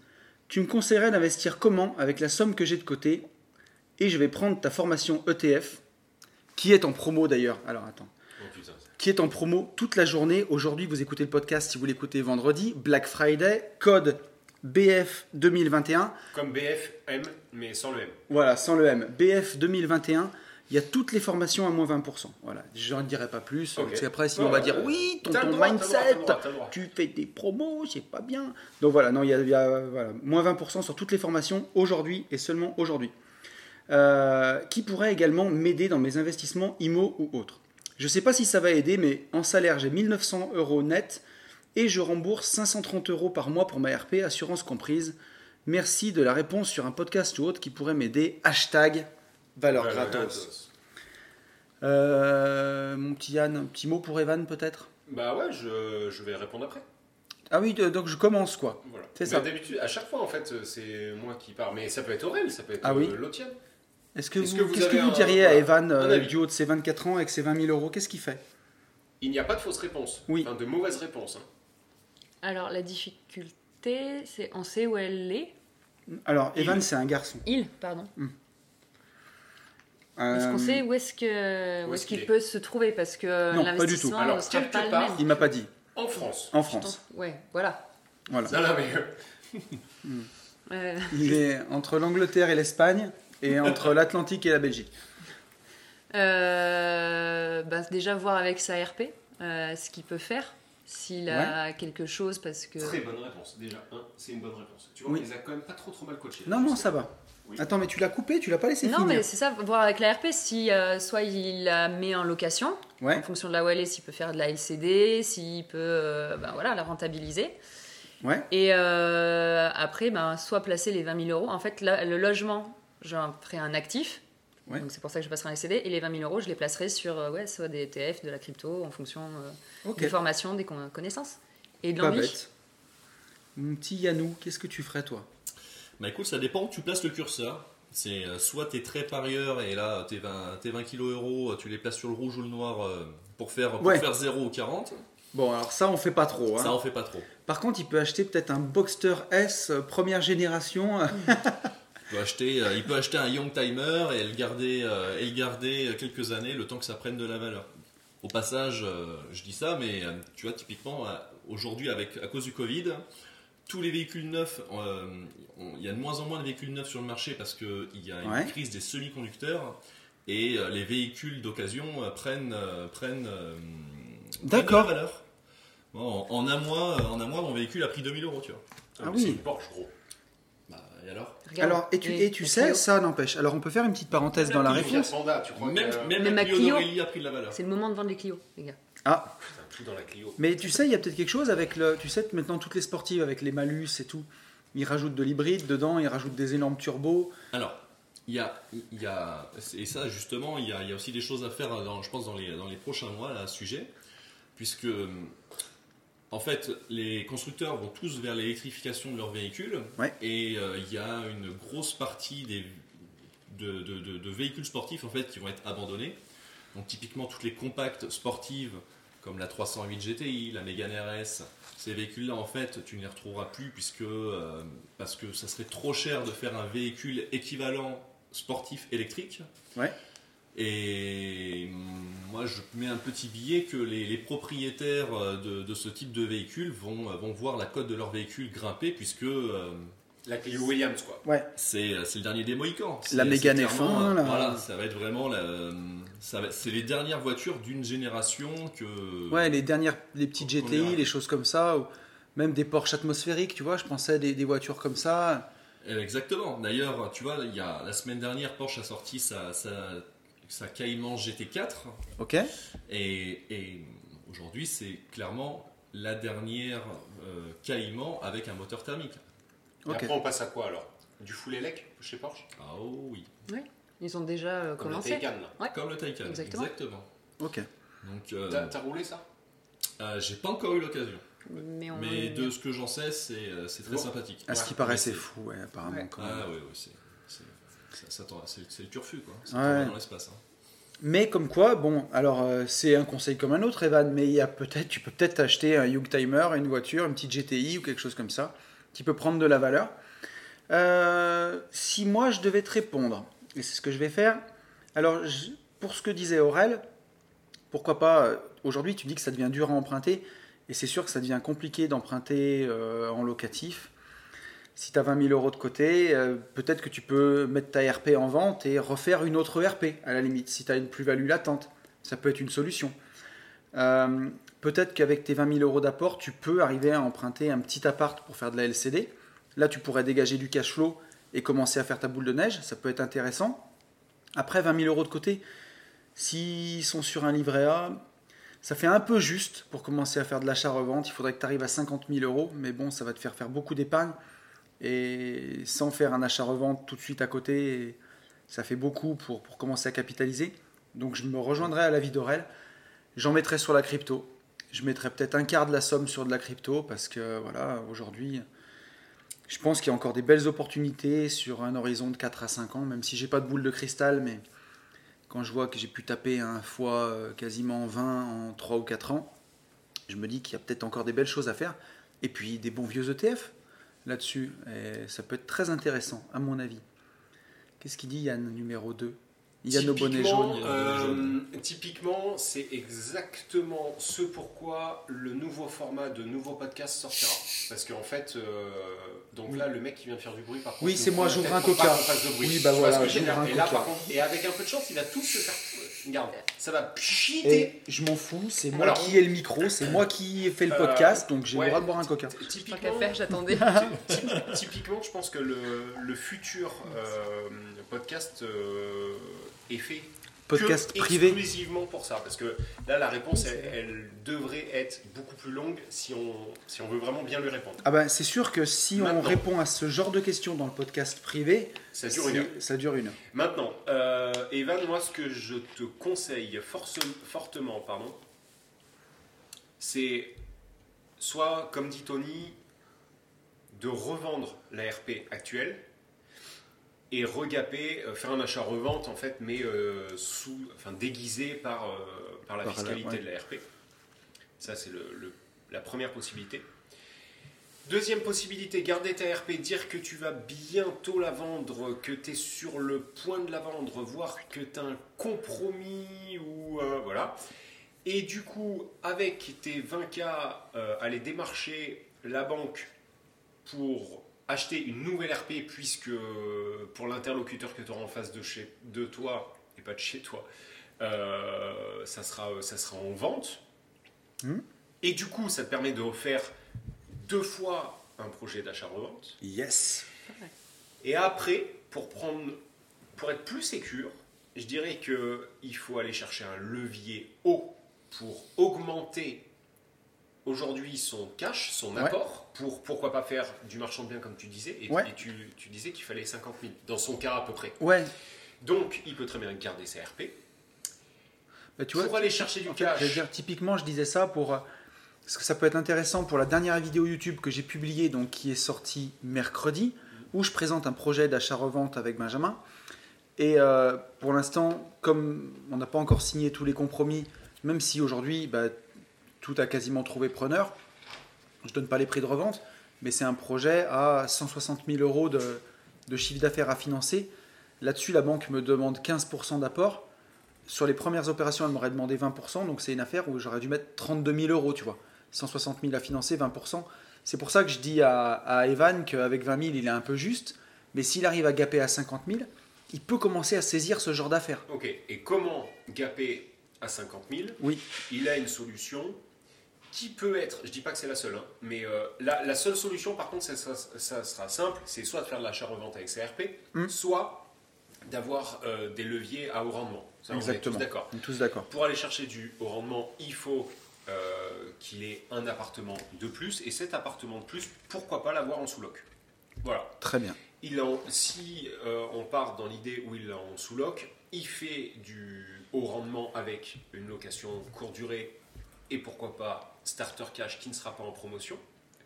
B: Tu me conseillerais d'investir comment avec la somme que j'ai de côté Et je vais prendre ta formation ETF, qui est en promo d'ailleurs. Alors attends.
C: Oh putain.
B: Qui est en promo toute la journée. Aujourd'hui, vous écoutez le podcast si vous l'écoutez vendredi. Black Friday, code BF 2021.
C: Comme BFM, mais sans le M.
B: Voilà, sans le M. BF 2021, il y a toutes les formations à moins 20%. Voilà, je n'en dirai pas plus.
C: Ok.
B: Parce qu'après, sinon,
C: Ouais,
B: on va
C: ouais,
B: dire
C: ouais.
B: oui, ton,
C: T'as le
B: ton
C: droit, t'as le droit, t'as
B: mindset,
C: le droit, t'as le droit.
B: tu fais des promos, c'est pas bien. Donc voilà, non, il y a, il y a, voilà, moins 20% sur toutes les formations aujourd'hui et seulement aujourd'hui. Euh, qui pourrait également m'aider dans mes investissements IMO ou autres. Je ne sais pas si ça va aider, mais en salaire, j'ai 1900 euros net et je rembourse 530 euros par mois pour ma RP, assurance comprise. Merci de la réponse sur un podcast ou autre qui pourrait m'aider. Hashtag valeur
C: Valeur
B: gratos. Euh, mon petit Yann, un petit mot pour Evan peut-être
C: Bah ouais, je, je vais répondre après.
B: Ah oui, de- donc je commence quoi.
C: Voilà.
B: C'est
C: Mais
B: ça.
C: D'habitude, à chaque fois, en fait, euh, c'est moi qui pars. Mais ça peut être Aurel, ça peut être
B: Ah oui.
C: euh, l'autre tienne.
B: Est-ce que
C: Est-ce
B: vous,
C: que vous
B: qu'est-ce que
C: avez
B: vous
C: un-
B: diriez à
C: voilà,
B: Evan euh,
C: un avis
B: du haut de ses 24 ans avec ses 20 000 euros Qu'est-ce qu'il fait
C: Il n'y a pas de fausse réponse.
B: Oui.
C: Enfin, de mauvaise réponse. hein.
E: Alors, la difficulté, c'est on sait où elle est.
B: Alors, Evan, c'est un garçon.
E: Il, pardon. Est-ce
B: Euh,
E: qu'on sait où est-ce que
C: Où est-ce
E: où est-ce
C: qu'il
E: qu'il
C: est
E: peut se trouver parce que euh,
B: Non, pas du tout.
E: l'investissement
C: Alors,
E: ne sera
C: quelque
E: pas le
C: part,
E: même.
B: Il m'a pas dit.
C: En France.
B: En
E: Je
B: France.
E: t'en- Ouais, voilà.
B: Voilà.
C: Non, non, mais, euh,
E: Euh,
B: Il est entre l'Angleterre et l'Espagne et entre l'Atlantique et la Belgique.
E: euh, bah, déjà voir avec sa RP euh, ce qu'il peut faire s'il a quelque chose parce que
C: Très bonne réponse, déjà. hein, c'est une bonne réponse. Tu vois,
B: Euh. Oui.
C: il les a quand même pas trop trop mal coachés.
B: Non, non, ça va.
C: Oui.
B: Attends, mais tu l'as coupé, tu l'as pas laissé
E: non
B: finir.
E: mais c'est ça voir avec la RP si euh, soit il la met en location en
B: Ouais,
E: fonction de là où elle est s'il peut faire de la LCD s'il peut euh, bah, voilà la rentabiliser
B: ouais.
E: Et euh, après, ben, soit placer les 20 000 euros. En fait, là, le logement, j'en ferai un actif.
B: Ouais.
E: Donc c'est pour ça que je passerai un LCD. Et les 20 000 euros, je les placerai sur euh, ouais, soit des ETF, de la crypto, en fonction euh,
B: Ok.
E: des formations, des con- connaissances et de
B: Pas
E: l'envie.
B: bête. Mon petit Yanou, qu'est-ce que tu ferais toi
D: Bah écoute, ça dépend où tu places le curseur. C'est euh, soit t'es très parieur et là tes 20, tes 20 kilos euros, tu les places sur le rouge ou le noir euh, pour faire, pour
B: Ouais.
D: faire 0 ou 40.
B: Bon, alors ça, on fait pas trop. hein.
D: Ça en fait pas trop.
B: Par contre, il peut acheter peut-être un Boxster S euh, première génération. euh,
D: Il peut acheter, euh, il peut acheter un Young Timer et le, garder, euh, et le garder quelques années le temps que ça prenne de la valeur. Au passage, euh, je dis ça, mais euh, tu vois, typiquement, euh, aujourd'hui, avec, à cause du Covid, tous les véhicules neufs, euh, on- il y a de moins en moins de véhicules neufs sur le marché parce qu'il y a une
B: Ouais.
D: crise des semi-conducteurs et euh, les véhicules d'occasion euh, prennent, euh, prennent, euh, prennent
B: D'accord.
D: de la valeur. Bon, en, en un mois, euh, en un mois, mon véhicule a pris 2000 euros, tu vois.
B: Ah
C: mais C'est
B: oui.
C: une Porsche, gros.
D: Bah, et alors
E: Regarde.
B: Alors, et tu, et tu
E: la
B: sais,
E: Clio.
B: ça n'empêche. Alors, on peut faire une petite parenthèse dans la
D: Même
C: Il y a
B: réponse.
C: Sanda, tu crois
D: Même,
C: que, euh,
D: même,
E: Même
D: la
E: à
D: Clio
E: Clio.
D: d'Aurélie a pris de la valeur.
E: C'est le moment de vendre les Clio, les gars.
B: Ah,
C: putain, tout dans la Clio.
B: mais tu sais, il y a peut-être quelque chose avec le. Tu sais, maintenant, toutes les sportives avec les malus et tout, ils rajoutent de l'hybride dedans, ils rajoutent des énormes turbos.
D: Alors, il y a, il y a- et ça justement, il y a, il y a aussi des choses à faire, dans- je pense, dans les, dans les prochains mois là, à ce sujet, puisque en fait, les constructeurs vont tous vers l'électrification de leurs véhicules,
B: Ouais.
D: et euh, il y a une grosse partie des, de, de- de- de véhicules sportifs en fait qui vont être abandonnés. Donc typiquement toutes les compactes sportives comme la 308 GTI, la Mégane RS, ces véhicules-là en fait tu ne les retrouveras plus puisque euh, parce que ça serait trop cher de faire un véhicule équivalent sportif électrique.
B: Ouais.
D: Et hum, moi je mets un petit billet que les, les propriétaires euh, de, de ce type de véhicule vont, euh, vont voir la cote de leur véhicule grimper puisque euh,
C: La Clio Williams, quoi.
D: c'est euh, c'est le dernier des Mohicans. C'est-
B: La
D: c'est
B: Mégane
D: clairement,
B: F1,
D: euh,
B: là.
D: Voilà, ça va être vraiment la. euh, ça va- C'est les dernières voitures d'une génération que.
B: Ouais, les dernières, les petites
D: on verra.
B: GTI, les choses comme ça, ou même des Porsche atmosphériques, tu vois, je pensais à des, des voitures comme ça.
D: Euh, Exactement. D'ailleurs, tu vois, il y a, la semaine dernière, Porsche a sorti sa, sa, sa Cayman GT4.
B: Ok
D: Et, et aujourd'hui, c'est clairement la dernière euh, Cayman avec un moteur thermique.
C: Et
B: Ok.
C: après, on passe à quoi alors Du full élec chez Porsche
D: Ah oh oui.
E: Ils ont déjà euh,
C: Comme la
E: commencé.
C: Taycan, là.
D: Comme le Taycan.
E: Exactement.
B: Ok.
D: Donc,
C: T'as
D: euh,
C: t'as roulé ça
D: euh, j'ai pas encore eu l'occasion.
E: Mais on.
D: Mais de ce que j'en sais, c'est euh, c'est très
C: Bon.
D: sympathique.
B: À ce qui
D: Ouais.
B: paraît,
D: Mais
B: c'est fou, ouais, apparemment.
E: Ouais.
B: quand même.
D: Ah oui, oui, c'est- c'est ça- ça t'en- c'est- c'est le turfu, quoi. Ça
B: Ouais.
D: t'envoie dans l'espace. hein.
B: Mais comme quoi, bon, alors euh, c'est un conseil comme un autre, Evan, mais il y a peut-être, tu peux peut-être acheter un Youngtimer, une voiture, une petite GTI ou quelque chose comme ça, qui peut prendre de la valeur. Euh, si moi je devais te répondre, et c'est ce que je vais faire, alors je- pour ce que disait Aurel, pourquoi pas, euh, aujourd'hui tu dis que ça devient dur à emprunter, et c'est sûr que ça devient compliqué d'emprunter euh, en locatif. Si tu as 20 000 euros de côté, euh, peut-être que tu peux mettre ta RP en vente et refaire une autre RP, à la limite, si tu as une plus-value latente. Ça peut être une solution. Euh, peut-être qu'avec tes 20 000 euros d'apport, tu peux arriver à emprunter un petit appart pour faire de la LCD. Là, tu pourrais dégager du cash flow et commencer à faire ta boule de neige. Ça peut être intéressant. Après, 20 000 euros de côté, s'ils sont sur un livret A, ça fait un peu juste pour commencer à faire de l'achat-revente. Il faudrait que tu arrives à 50 000 euros, mais bon, ça va te faire faire beaucoup d'épargne et sans faire un achat-revente tout de suite à côté, et ça fait beaucoup pour, pour commencer à capitaliser. Donc je me rejoindrai à l'avis d'Aurel. J'en mettrai sur la crypto. Je mettrai peut-être un quart de la somme sur de la crypto parce que voilà, aujourd'hui, je pense qu'il y a encore des belles opportunités sur un horizon de 4 à 5 ans, même si j'ai pas de boule de cristal, mais quand je vois que j'ai pu taper un fois euh, quasiment 20 en 3 ou 4 ans, je me dis qu'il y a peut-être encore des belles choses à faire. Et puis des bons vieux ETF là-dessus. Et ça peut être très intéressant, à mon avis. Qu'est-ce qu'il dit Yann, numéro 2 Yann au bonnet jaune.
C: Typiquement,
D: Yann au bonnet jaune.
C: euh, Typiquement, c'est exactement ce pourquoi le nouveau format de nouveau podcast sortira. Parce qu'en fait, euh, donc là, le mec qui vient de faire du bruit, par contre.
B: Oui,
C: il
B: c'est
C: nous
B: moi,
C: prend la
B: j'ouvre
C: tête
B: un
C: pour pas
B: coca.
C: qu'on fasse de bruit.
B: Oui,
C: Tu
B: bah
C: vois
B: voilà,
C: ce que je veux
B: j'ouvre
C: dire
B: un
C: Et là,
B: coca.
C: par contre, et avec un peu de chance, il va tout se faire. Regarde, ça va pchiter.
B: Et je m'en fous, c'est moi
C: Alors-
B: qui ai le micro, c'est moi qui ai fait le
C: Euh,
B: podcast, donc j'ai
C: ouais.
B: le droit de boire un coca.
E: Tant
C: Typiquement,
E: qu'à faire, j'attendais.
B: Uh-huh.
C: Typ- Typiquement, je pense que le, le futur euh, podcast euh, est fait
B: Podcast
C: que
B: privé.
C: exclusivement pour ça. Parce que là, la réponse, elle, elle devrait être beaucoup plus longue si on, si on veut vraiment bien lui répondre.
B: Ah ben c'est sûr que si on
C: Maintenant.
B: répond à ce genre de questions dans le podcast privé,
C: Ça dure une heure.
B: c'est- ça dure une heure.
C: Maintenant, euh, Evan, moi, ce que je te conseille force- fortement, pardon, c'est soit, comme dit Tony, de revendre la RP actuelle et regaper, euh, faire un achat-revente, en fait, mais euh, sous, enfin, déguisé par, euh, par la
B: Par la-
C: fiscalité
B: ouais.
C: de la RP. Ça, c'est le- le- la première possibilité. Deuxième possibilité, garder ta RP, dire que tu vas bientôt la vendre, que tu es sur le point de la vendre, voire que tu as un compromis ou euh, voilà. Et du coup, avec tes 20K, euh, aller démarcher la banque pour acheter une nouvelle RP, puisque euh, pour l'interlocuteur que tu auras en face de, chez, de toi, et pas de chez toi, euh, ça, sera, ça sera en vente.
B: Mhm.
C: Et du coup, ça te permet de refaire deux fois un projet d'achat-revente.
B: Yes.
C: Et après, pour, prendre, pour être plus sécure, je dirais qu'il faut aller chercher un levier haut pour augmenter aujourd'hui son cash, son
B: Ouais.
C: apport, pour pourquoi pas faire du marchand de biens comme tu disais, et,
B: Ouais.
C: et tu, tu disais qu'il fallait 50 000, dans son cas à peu près.
B: Ouais.
C: Donc, il peut très bien garder ses RP.
B: Bah, tu
C: pour
B: vois,
C: aller chercher du
B: En fait,
C: cash,
B: je veux dire, typiquement, je disais ça pour. euh, Parce que ça peut être intéressant pour la dernière vidéo YouTube que j'ai publiée, donc qui est sortie mercredi, où je présente un projet d'achat-revente avec Benjamin. Et euh, pour l'instant, comme on n'a pas encore signé tous les compromis, même si aujourd'hui, bah, tout a quasiment trouvé preneur, je donne pas les prix de revente, mais c'est un projet à 160 000 euros de, de chiffre d'affaires à financer. Là-dessus, la banque me demande 15% d'apport. Sur les premières opérations, elle m'aurait demandé 20%, donc c'est une affaire où j'aurais dû mettre 32 000 euros, tu vois. 160 000 à financer, 20%. C'est pour ça que je dis à, à Evan qu'avec 20 000, il est un peu juste, mais s'il arrive à gaper à 50 000, il peut commencer à saisir ce genre d'affaires.
C: Ok, et comment gaper à 50 000
B: Oui.
C: Il a une solution qui peut être, je dis pas que c'est la seule, hein, mais euh, la, la seule solution par contre, ça, sera- ça sera simple, c'est soit de faire de l'achat-revente avec CRP,
B: Hmm.
C: soit d'avoir euh, des leviers à haut rendement. Ça, on est tous
B: Exactement.
C: D'accord.
B: On est tous d'accord.
C: Pour aller chercher du haut rendement, il faut euh, qu'il ait un appartement de plus, et cet appartement de plus, pourquoi pas l'avoir en sous-loc Voilà.
B: Très bien.
C: Il en- si euh, on part dans l'idée où il est en sous-loc, il fait du haut rendement avec une location courte durée et pourquoi pas starter cash qui ne sera pas en promotion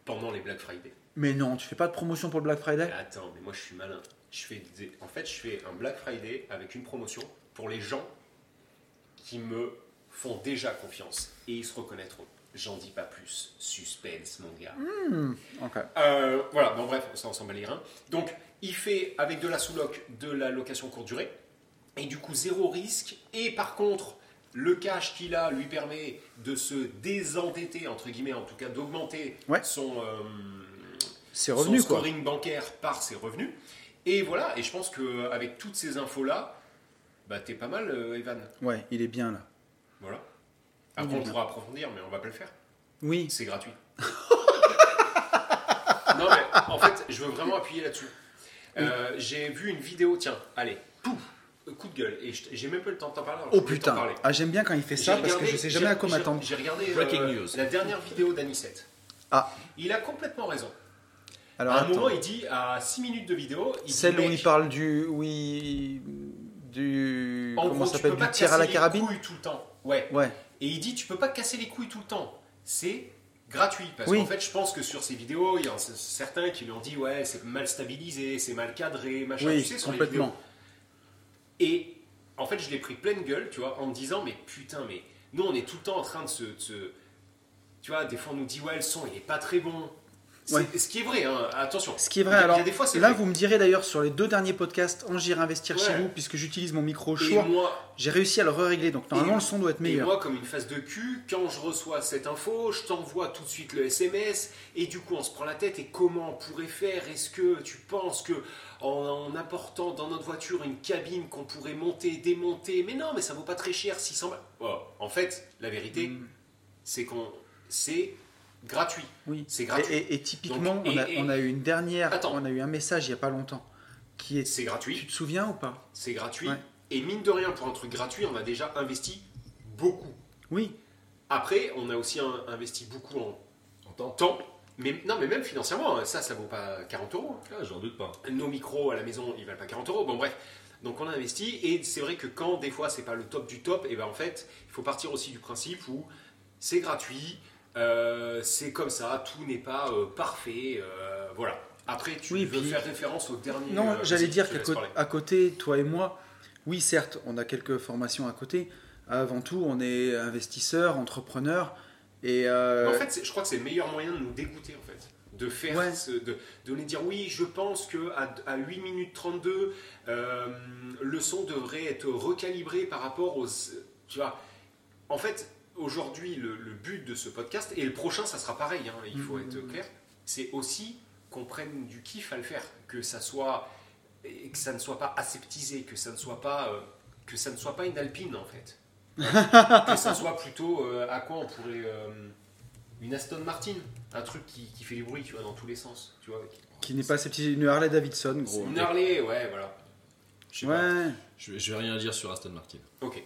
C: pendant les Black Friday.
B: Mais non, tu fais pas de promotion pour le Black Friday
C: Attends, mais moi je suis malin. Je fais des- En fait, je fais un Black Friday avec une promotion pour les gens qui me font déjà confiance et ils se reconnaîtront. J'en dis pas plus. Suspense, mon gars.
B: Ok.
C: Euh, voilà, bon bref, ça on s'en bat les reins. Donc, il fait avec de la sous-loc de la location courte durée, et du coup zéro risque, et par contre, le cash qu'il a lui permet de se désendetter, entre guillemets, en tout cas d'augmenter
B: Ouais.
C: son, euh,
B: C'est revenu,
C: son
B: quoi.
C: scoring bancaire par ses revenus. Et voilà, et je pense qu'avec toutes ces infos-là, bah t'es pas mal, euh, Evan.
B: Ouais, il est bien là.
C: Voilà.
B: Il
C: Après,
B: est
C: on
B: bien.
C: pourra approfondir, mais on va pas le faire.
B: Oui.
C: C'est gratuit. non, mais en fait, je veux vraiment appuyer là-dessus. Euh, J'ai vu une vidéo, tiens, allez, pouf, coup de gueule, et je- j'ai même pas eu le temps de t'en parler. alors je
B: Oh
C: voulais t'en
B: putain.
C: parler.
B: Ah, j'aime bien quand il fait ça
C: J'ai
B: parce que
C: regardé-
B: je sais jamais
C: j'ai-
B: à quoi
C: j'ai-
B: m'attendre.
C: J'ai regardé
D: Breaking
C: euh,
D: news.
C: la dernière vidéo d'Anisette.
B: Ah.
C: Il a complètement raison.
B: Alors,
C: à un
B: attends.
C: moment, il dit, à 6 minutes de vidéo, il dit,
B: Celle où
C: mec,
B: il parle du. Oui. Du.
C: en
B: comment
C: gros,
B: ça
C: tu peux
B: s'appelle
C: pas
B: Du
C: te
B: tir à
C: casser
B: la
C: les
B: carabine
C: couilles tout le temps. Ouais.
B: Ouais.
C: Et il dit, tu peux pas casser les couilles tout le temps. C'est gratuit. Parce
B: Oui.
C: qu'en fait, je pense que sur ces vidéos, il y en a c- certains qui lui ont dit, ouais, c'est mal stabilisé, c'est mal cadré, machin.
B: Oui,
C: tu sais, sur les
B: complètement.
C: vidéos. Et en fait, je l'ai pris pleine gueule, tu vois, en me disant, mais putain, mais nous, on est tout le temps en train de se. de se- tu vois, des fois, on nous dit, ouais, le son, il est pas très bon. C'est-
B: Ouais.
C: Ce qui est vrai, hein, attention.
B: Ce qui est
C: Il
B: vrai,
C: y a-
B: alors
C: il y a des fois, c'est
B: là,
C: vrai.
B: vous me direz d'ailleurs sur les deux derniers podcasts, Angir Investir chez
C: Ouais.
B: vous, puisque j'utilise mon micro
C: Et
B: choix,
C: moi,
B: j'ai réussi à le régler, donc normalement le
C: Et-
B: son doit être
C: Et
B: meilleur.
C: moi, comme une face de cul, quand je reçois cette info, je t'envoie tout de suite le SMS, et du coup, on se prend la tête. Et comment on pourrait faire Est-ce que tu penses que en, en apportant dans notre voiture une cabine qu'on pourrait monter, démonter Mais non, mais ça vaut pas très cher, 600 balles. Oh, En fait, la vérité,
B: Hmm.
C: c'est qu'on, c'est gratuit.
B: oui.
C: c'est gratuit.
B: Et, et- et typiquement,
C: Donc,
B: on,
C: et-
B: a,
C: et-
B: on a eu une dernière,
C: Attends.
B: on a eu un message il y a pas longtemps, qui est.
C: C'est
B: Tu
C: gratuit,
B: te souviens ou pas
C: c'est gratuit.
B: Ouais.
C: Et mine de rien, pour un truc gratuit, on a déjà investi beaucoup.
B: Oui.
C: Après, on a aussi un- investi beaucoup en
D: En temps.
C: temps. Mais, non, mais même financièrement, hein, ça, ça vaut pas 40 euros. hein.
D: Ah, j'en doute pas.
C: Nos micros à la maison, ils valent pas 40 euros. Bon, bref. Donc, on a investi. Et c'est vrai que quand des fois, c'est pas le top du top, et ben en fait, il faut partir aussi du principe où c'est gratuit, euh, c'est comme ça, tout n'est pas euh, parfait. euh, voilà. Après, tu
B: Oui,
C: veux
B: puis-
C: faire référence au dernier.
B: Non,
C: euh,
B: j'allais
C: vas-y,
B: dire
C: je te
B: qu'à
C: laisse
B: cô-
C: parler.
B: à côté, toi et moi, oui, certes, on a quelques formations à côté. Avant tout, on est investisseur, entrepreneur, Et euh,
C: Mais En fait, c'est- je crois que c'est le meilleur moyen de nous dégoûter, en fait. De faire
B: Ouais.
C: ce- de, de nous dire oui, je pense que à, à 8 minutes 32, euh, le son devrait être recalibré par rapport aux. Tu vois, en fait, aujourd'hui, le, le but de ce podcast, et le prochain, ça sera pareil, hein, il
B: Mm.
C: faut être clair, c'est aussi qu'on prenne du kiff à le faire, que ça soit. et que ça ne soit pas aseptisé, que ça ne soit pas. euh, que ça ne soit pas une alpine, en fait. que ça soit plutôt euh, à quoi on pourrait. euh, une Aston Martin, un truc qui, qui fait du bruit, tu vois, dans tous les sens, tu vois.
B: qui n'est pas sceptique, une Harley Davidson, gros.
C: Une Harley, ouais, voilà.
D: Je sais pas.
B: Ouais.
D: Je vais, je vais rien dire sur Aston Martin.
C: Ok.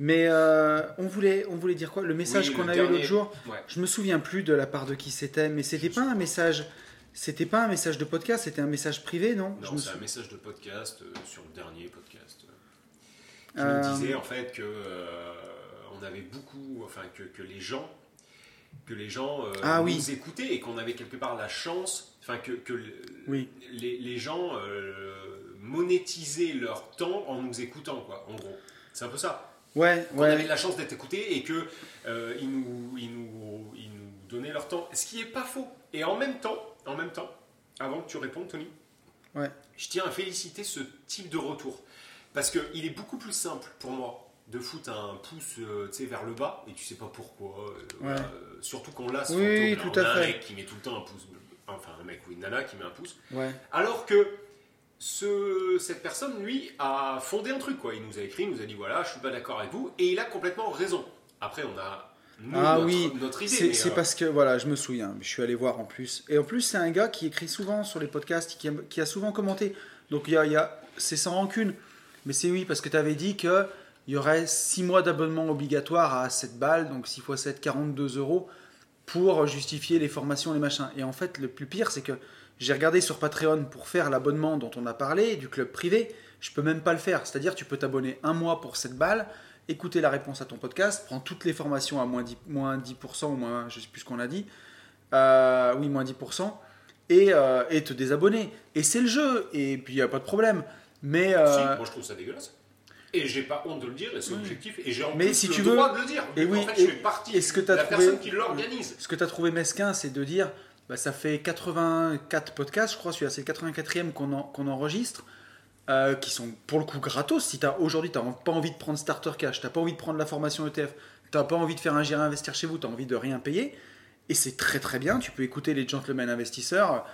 B: Mais euh, on voulait, on voulait dire quoi Le message
C: Oui,
B: qu'on
C: le
B: a eu
C: dernier-
B: l'autre jour.
C: Ouais.
B: Je me souviens plus de la part de qui c'était, mais c'était pas un message. C'était pas un message de podcast, c'était un message privé, non, Je
C: Non,
B: me
C: c'est un
B: sou-
C: message de podcast euh, sur le dernier podcast. Je
B: Euh,
C: me disais en fait que euh, on avait beaucoup, enfin que, que les gens, que les gens euh,
B: Ah
C: nous
B: oui.
C: écoutaient et qu'on avait quelque part la chance, enfin que, que le-
B: Oui.
C: les, les gens euh, monétisaient leur temps en nous écoutant, quoi. En gros, c'est un peu ça.
B: Ouais,
C: On avait
B: ouais.
C: de la chance d'être écoutés et que euh, ils, nous, ils nous- ils nous donnaient leur temps, ce qui est pas faux. Et en même temps, en même temps, avant que tu répondes, Tony,
B: Ouais.
C: je tiens à féliciter ce type de retour parce que il est beaucoup plus simple pour moi de foutre un pouce euh, tu sais, vers le bas et tu sais pas pourquoi. euh, voilà,
B: Ouais.
C: euh, surtout qu'on l'a ce
B: Oui,
C: fantôme,
B: tout
C: là, on
B: à
C: a un
B: fait.
C: mec qui met tout le temps un pouce, bleu. enfin un mec ou une nana qui met un pouce.
B: ouais.
C: Alors que ce, cette personne, lui, a fondé un truc, quoi. Il nous a écrit, il nous a dit voilà, je suis pas d'accord avec vous, et il a complètement raison. Après, on a nous,
B: Ah
C: notre,
B: oui,
C: notre idée.
B: C'est
C: mais,
B: c'est
C: euh,
B: parce que, voilà, je me souviens, je suis allé voir en plus. Et en plus, c'est un gars qui écrit souvent sur les podcasts, qui, aime- qui a souvent commenté. Donc, il y a, il y a- c'est sans rancune. Mais c'est oui, parce que tu avais dit que il y aurait 6 mois d'abonnement obligatoire à 7 balles, donc 6 x 7, 42 euros, pour justifier les formations, les machins. Et en fait, le plus pire, c'est que j'ai regardé sur Patreon pour faire l'abonnement dont on a parlé, du club privé. Je peux même pas le faire. C'est-à-dire, tu peux t'abonner un mois pour 7 balles écouter la réponse à ton podcast, prends toutes les formations à moins 10%, moins 10% ou moins, je sais plus ce qu'on a dit, Euh, oui, moins 10%, et, euh, et te désabonner. Et c'est le jeu, et puis il n'y a pas de problème. Mais,
C: si,
B: euh, Hmm.
C: moi, je trouve ça dégueulasse. Et j'ai pas honte de le dire, et c'est objectif, et j'ai en
B: Mais
C: plus
B: si
C: le
B: tu veux-
C: droit de le dire.
B: et oui,
C: en fait, je
B: et-
C: fais partie
B: est-ce que
C: de
B: t'as
C: la
B: trouvé-
C: personne qui l'organise.
B: ce que tu as trouvé mesquin, c'est de dire bah, ça fait 84 podcasts, je crois, celui-là, c'est le 84e qu'on en- qu'on enregistre, euh, qui sont pour le coup gratos. Si t'as- aujourd'hui, tu n'as pas envie de prendre Starter Cash, tu n'as pas envie de prendre la formation E ETF, tu n'as pas envie de faire un gérant investir chez vous, tu as envie de rien payer. Et c'est très très bien, tu peux écouter les gentlemen investisseurs.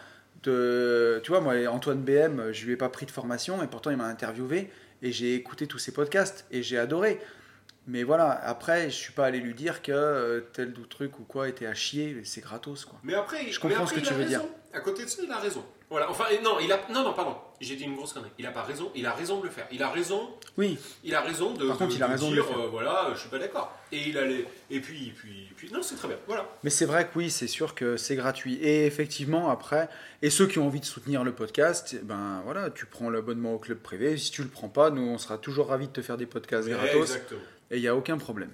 B: De, tu vois, moi, Antoine BM, je lui ai pas pris de formation et pourtant il m'a interviewé et j'ai écouté tous ses podcasts et j'ai adoré. Mais voilà, après, je suis pas allé lui dire que euh, tel ou truc ou quoi était à chier, mais c'est gratos quoi.
C: Mais après,
B: Je
C: mais
B: comprends
C: après,
B: ce que
C: il
B: tu
C: a
B: veux dire.
C: raison. À côté de ça, il a raison. Voilà, enfin, et non, il a, non, non, pardon, j'ai dit une grosse connerie. Il a pas raison, il a raison de le faire. Il a raison
B: Oui,
C: Il a raison de,
B: Par contre,
C: de-
B: il a
C: de
B: raison de
C: dire
B: le faire.
C: euh, voilà, je suis pas d'accord. Et il allait et puis et puis et puis non, c'est très bien. Voilà.
B: mais c'est vrai que oui, c'est sûr que c'est gratuit. Et effectivement, après, et ceux qui ont envie de soutenir le podcast, ben voilà, tu prends l'abonnement au club privé. Si tu le prends pas, nous, on sera toujours ravis de te faire des podcasts gratos
C: Eh, Exactement.
B: et il n'y a aucun problème.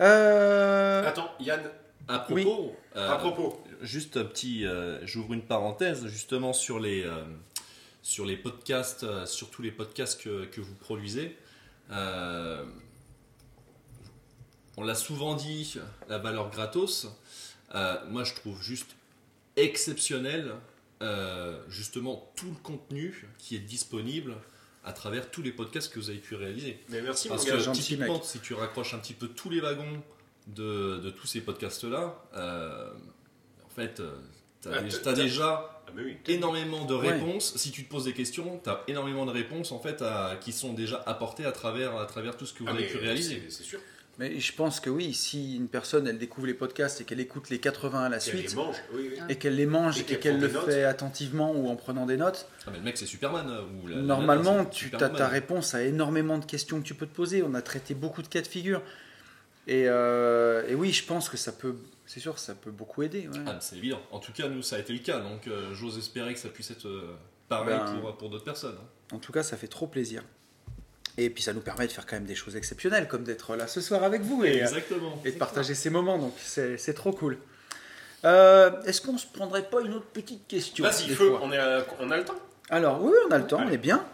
B: Euh,
C: Attends, Yann,
D: À propos, euh,
C: à propos.
D: Juste un petit, euh, j'ouvre une parenthèse justement sur les, euh, sur les podcasts, euh, sur tous les podcasts que, que vous produisez. Euh, on l'a souvent dit, la valeur gratos. euh, moi, je trouve juste exceptionnel euh, justement tout le contenu qui est disponible à travers tous les podcasts que vous avez pu réaliser.
C: Mais merci mon
D: Parce
C: gars.
D: que
B: gentil
D: typiquement, si tu raccroches un petit peu tous les wagons de, de tous ces podcasts-là, euh, en fait, euh, t'as
C: Ah,
D: dé-
C: t'as-
D: t'as
C: t'as-
D: déjà
C: Ah mais oui.
D: énormément de
B: Ouais.
D: réponses. Si tu te poses des questions, t'as énormément de réponses en fait à- qui sont déjà apportées à travers, à travers tout ce que vous
C: Ah,
D: avez
C: mais,
D: pu
C: euh,
D: réaliser.
C: c'est- C'est sûr.
B: Mais je pense que oui, si une personne elle découvre les podcasts et qu'elle écoute les 80 à la
C: Qu'elle les
B: suite
C: mange. Oui,
D: Ah.
C: oui.
B: et qu'elle les mange
C: Et
B: et
C: qu'elle
B: qu'elle
C: prend
B: le
C: des notes.
B: fait attentivement ou en prenant des notes,
D: Ah, mais le mec, c'est Superman. euh, Ou la- la-
B: normalement
D: la- c'est
B: tu as
D: Superwoman.
B: ta réponse à énormément de questions que tu peux te poser. On a traité beaucoup de cas de figure. Et, euh, et oui, je pense que ça peut, c'est sûr, ça peut beaucoup aider. ouais.
D: Ah, mais c'est évident. En tout cas, nous, ça a été le cas. Donc, euh, j'ose espérer que ça puisse être euh, pareil
B: Ben,
D: pour, pour d'autres personnes. hein.
B: En tout cas, ça fait trop plaisir. Et puis ça nous permet de faire quand même des choses exceptionnelles, comme d'être là ce soir avec vous. Et, euh,
D: Exactement.
B: et de partager ces moments, donc c'est c'est trop cool. Euh, Est-ce qu'on se prendrait pas une autre petite question
C: Vas-y,
B: des
C: feu,
B: fois
C: on, est à- on a le temps.
B: Alors, oui, on a le temps, on
C: Allez.
B: est bien.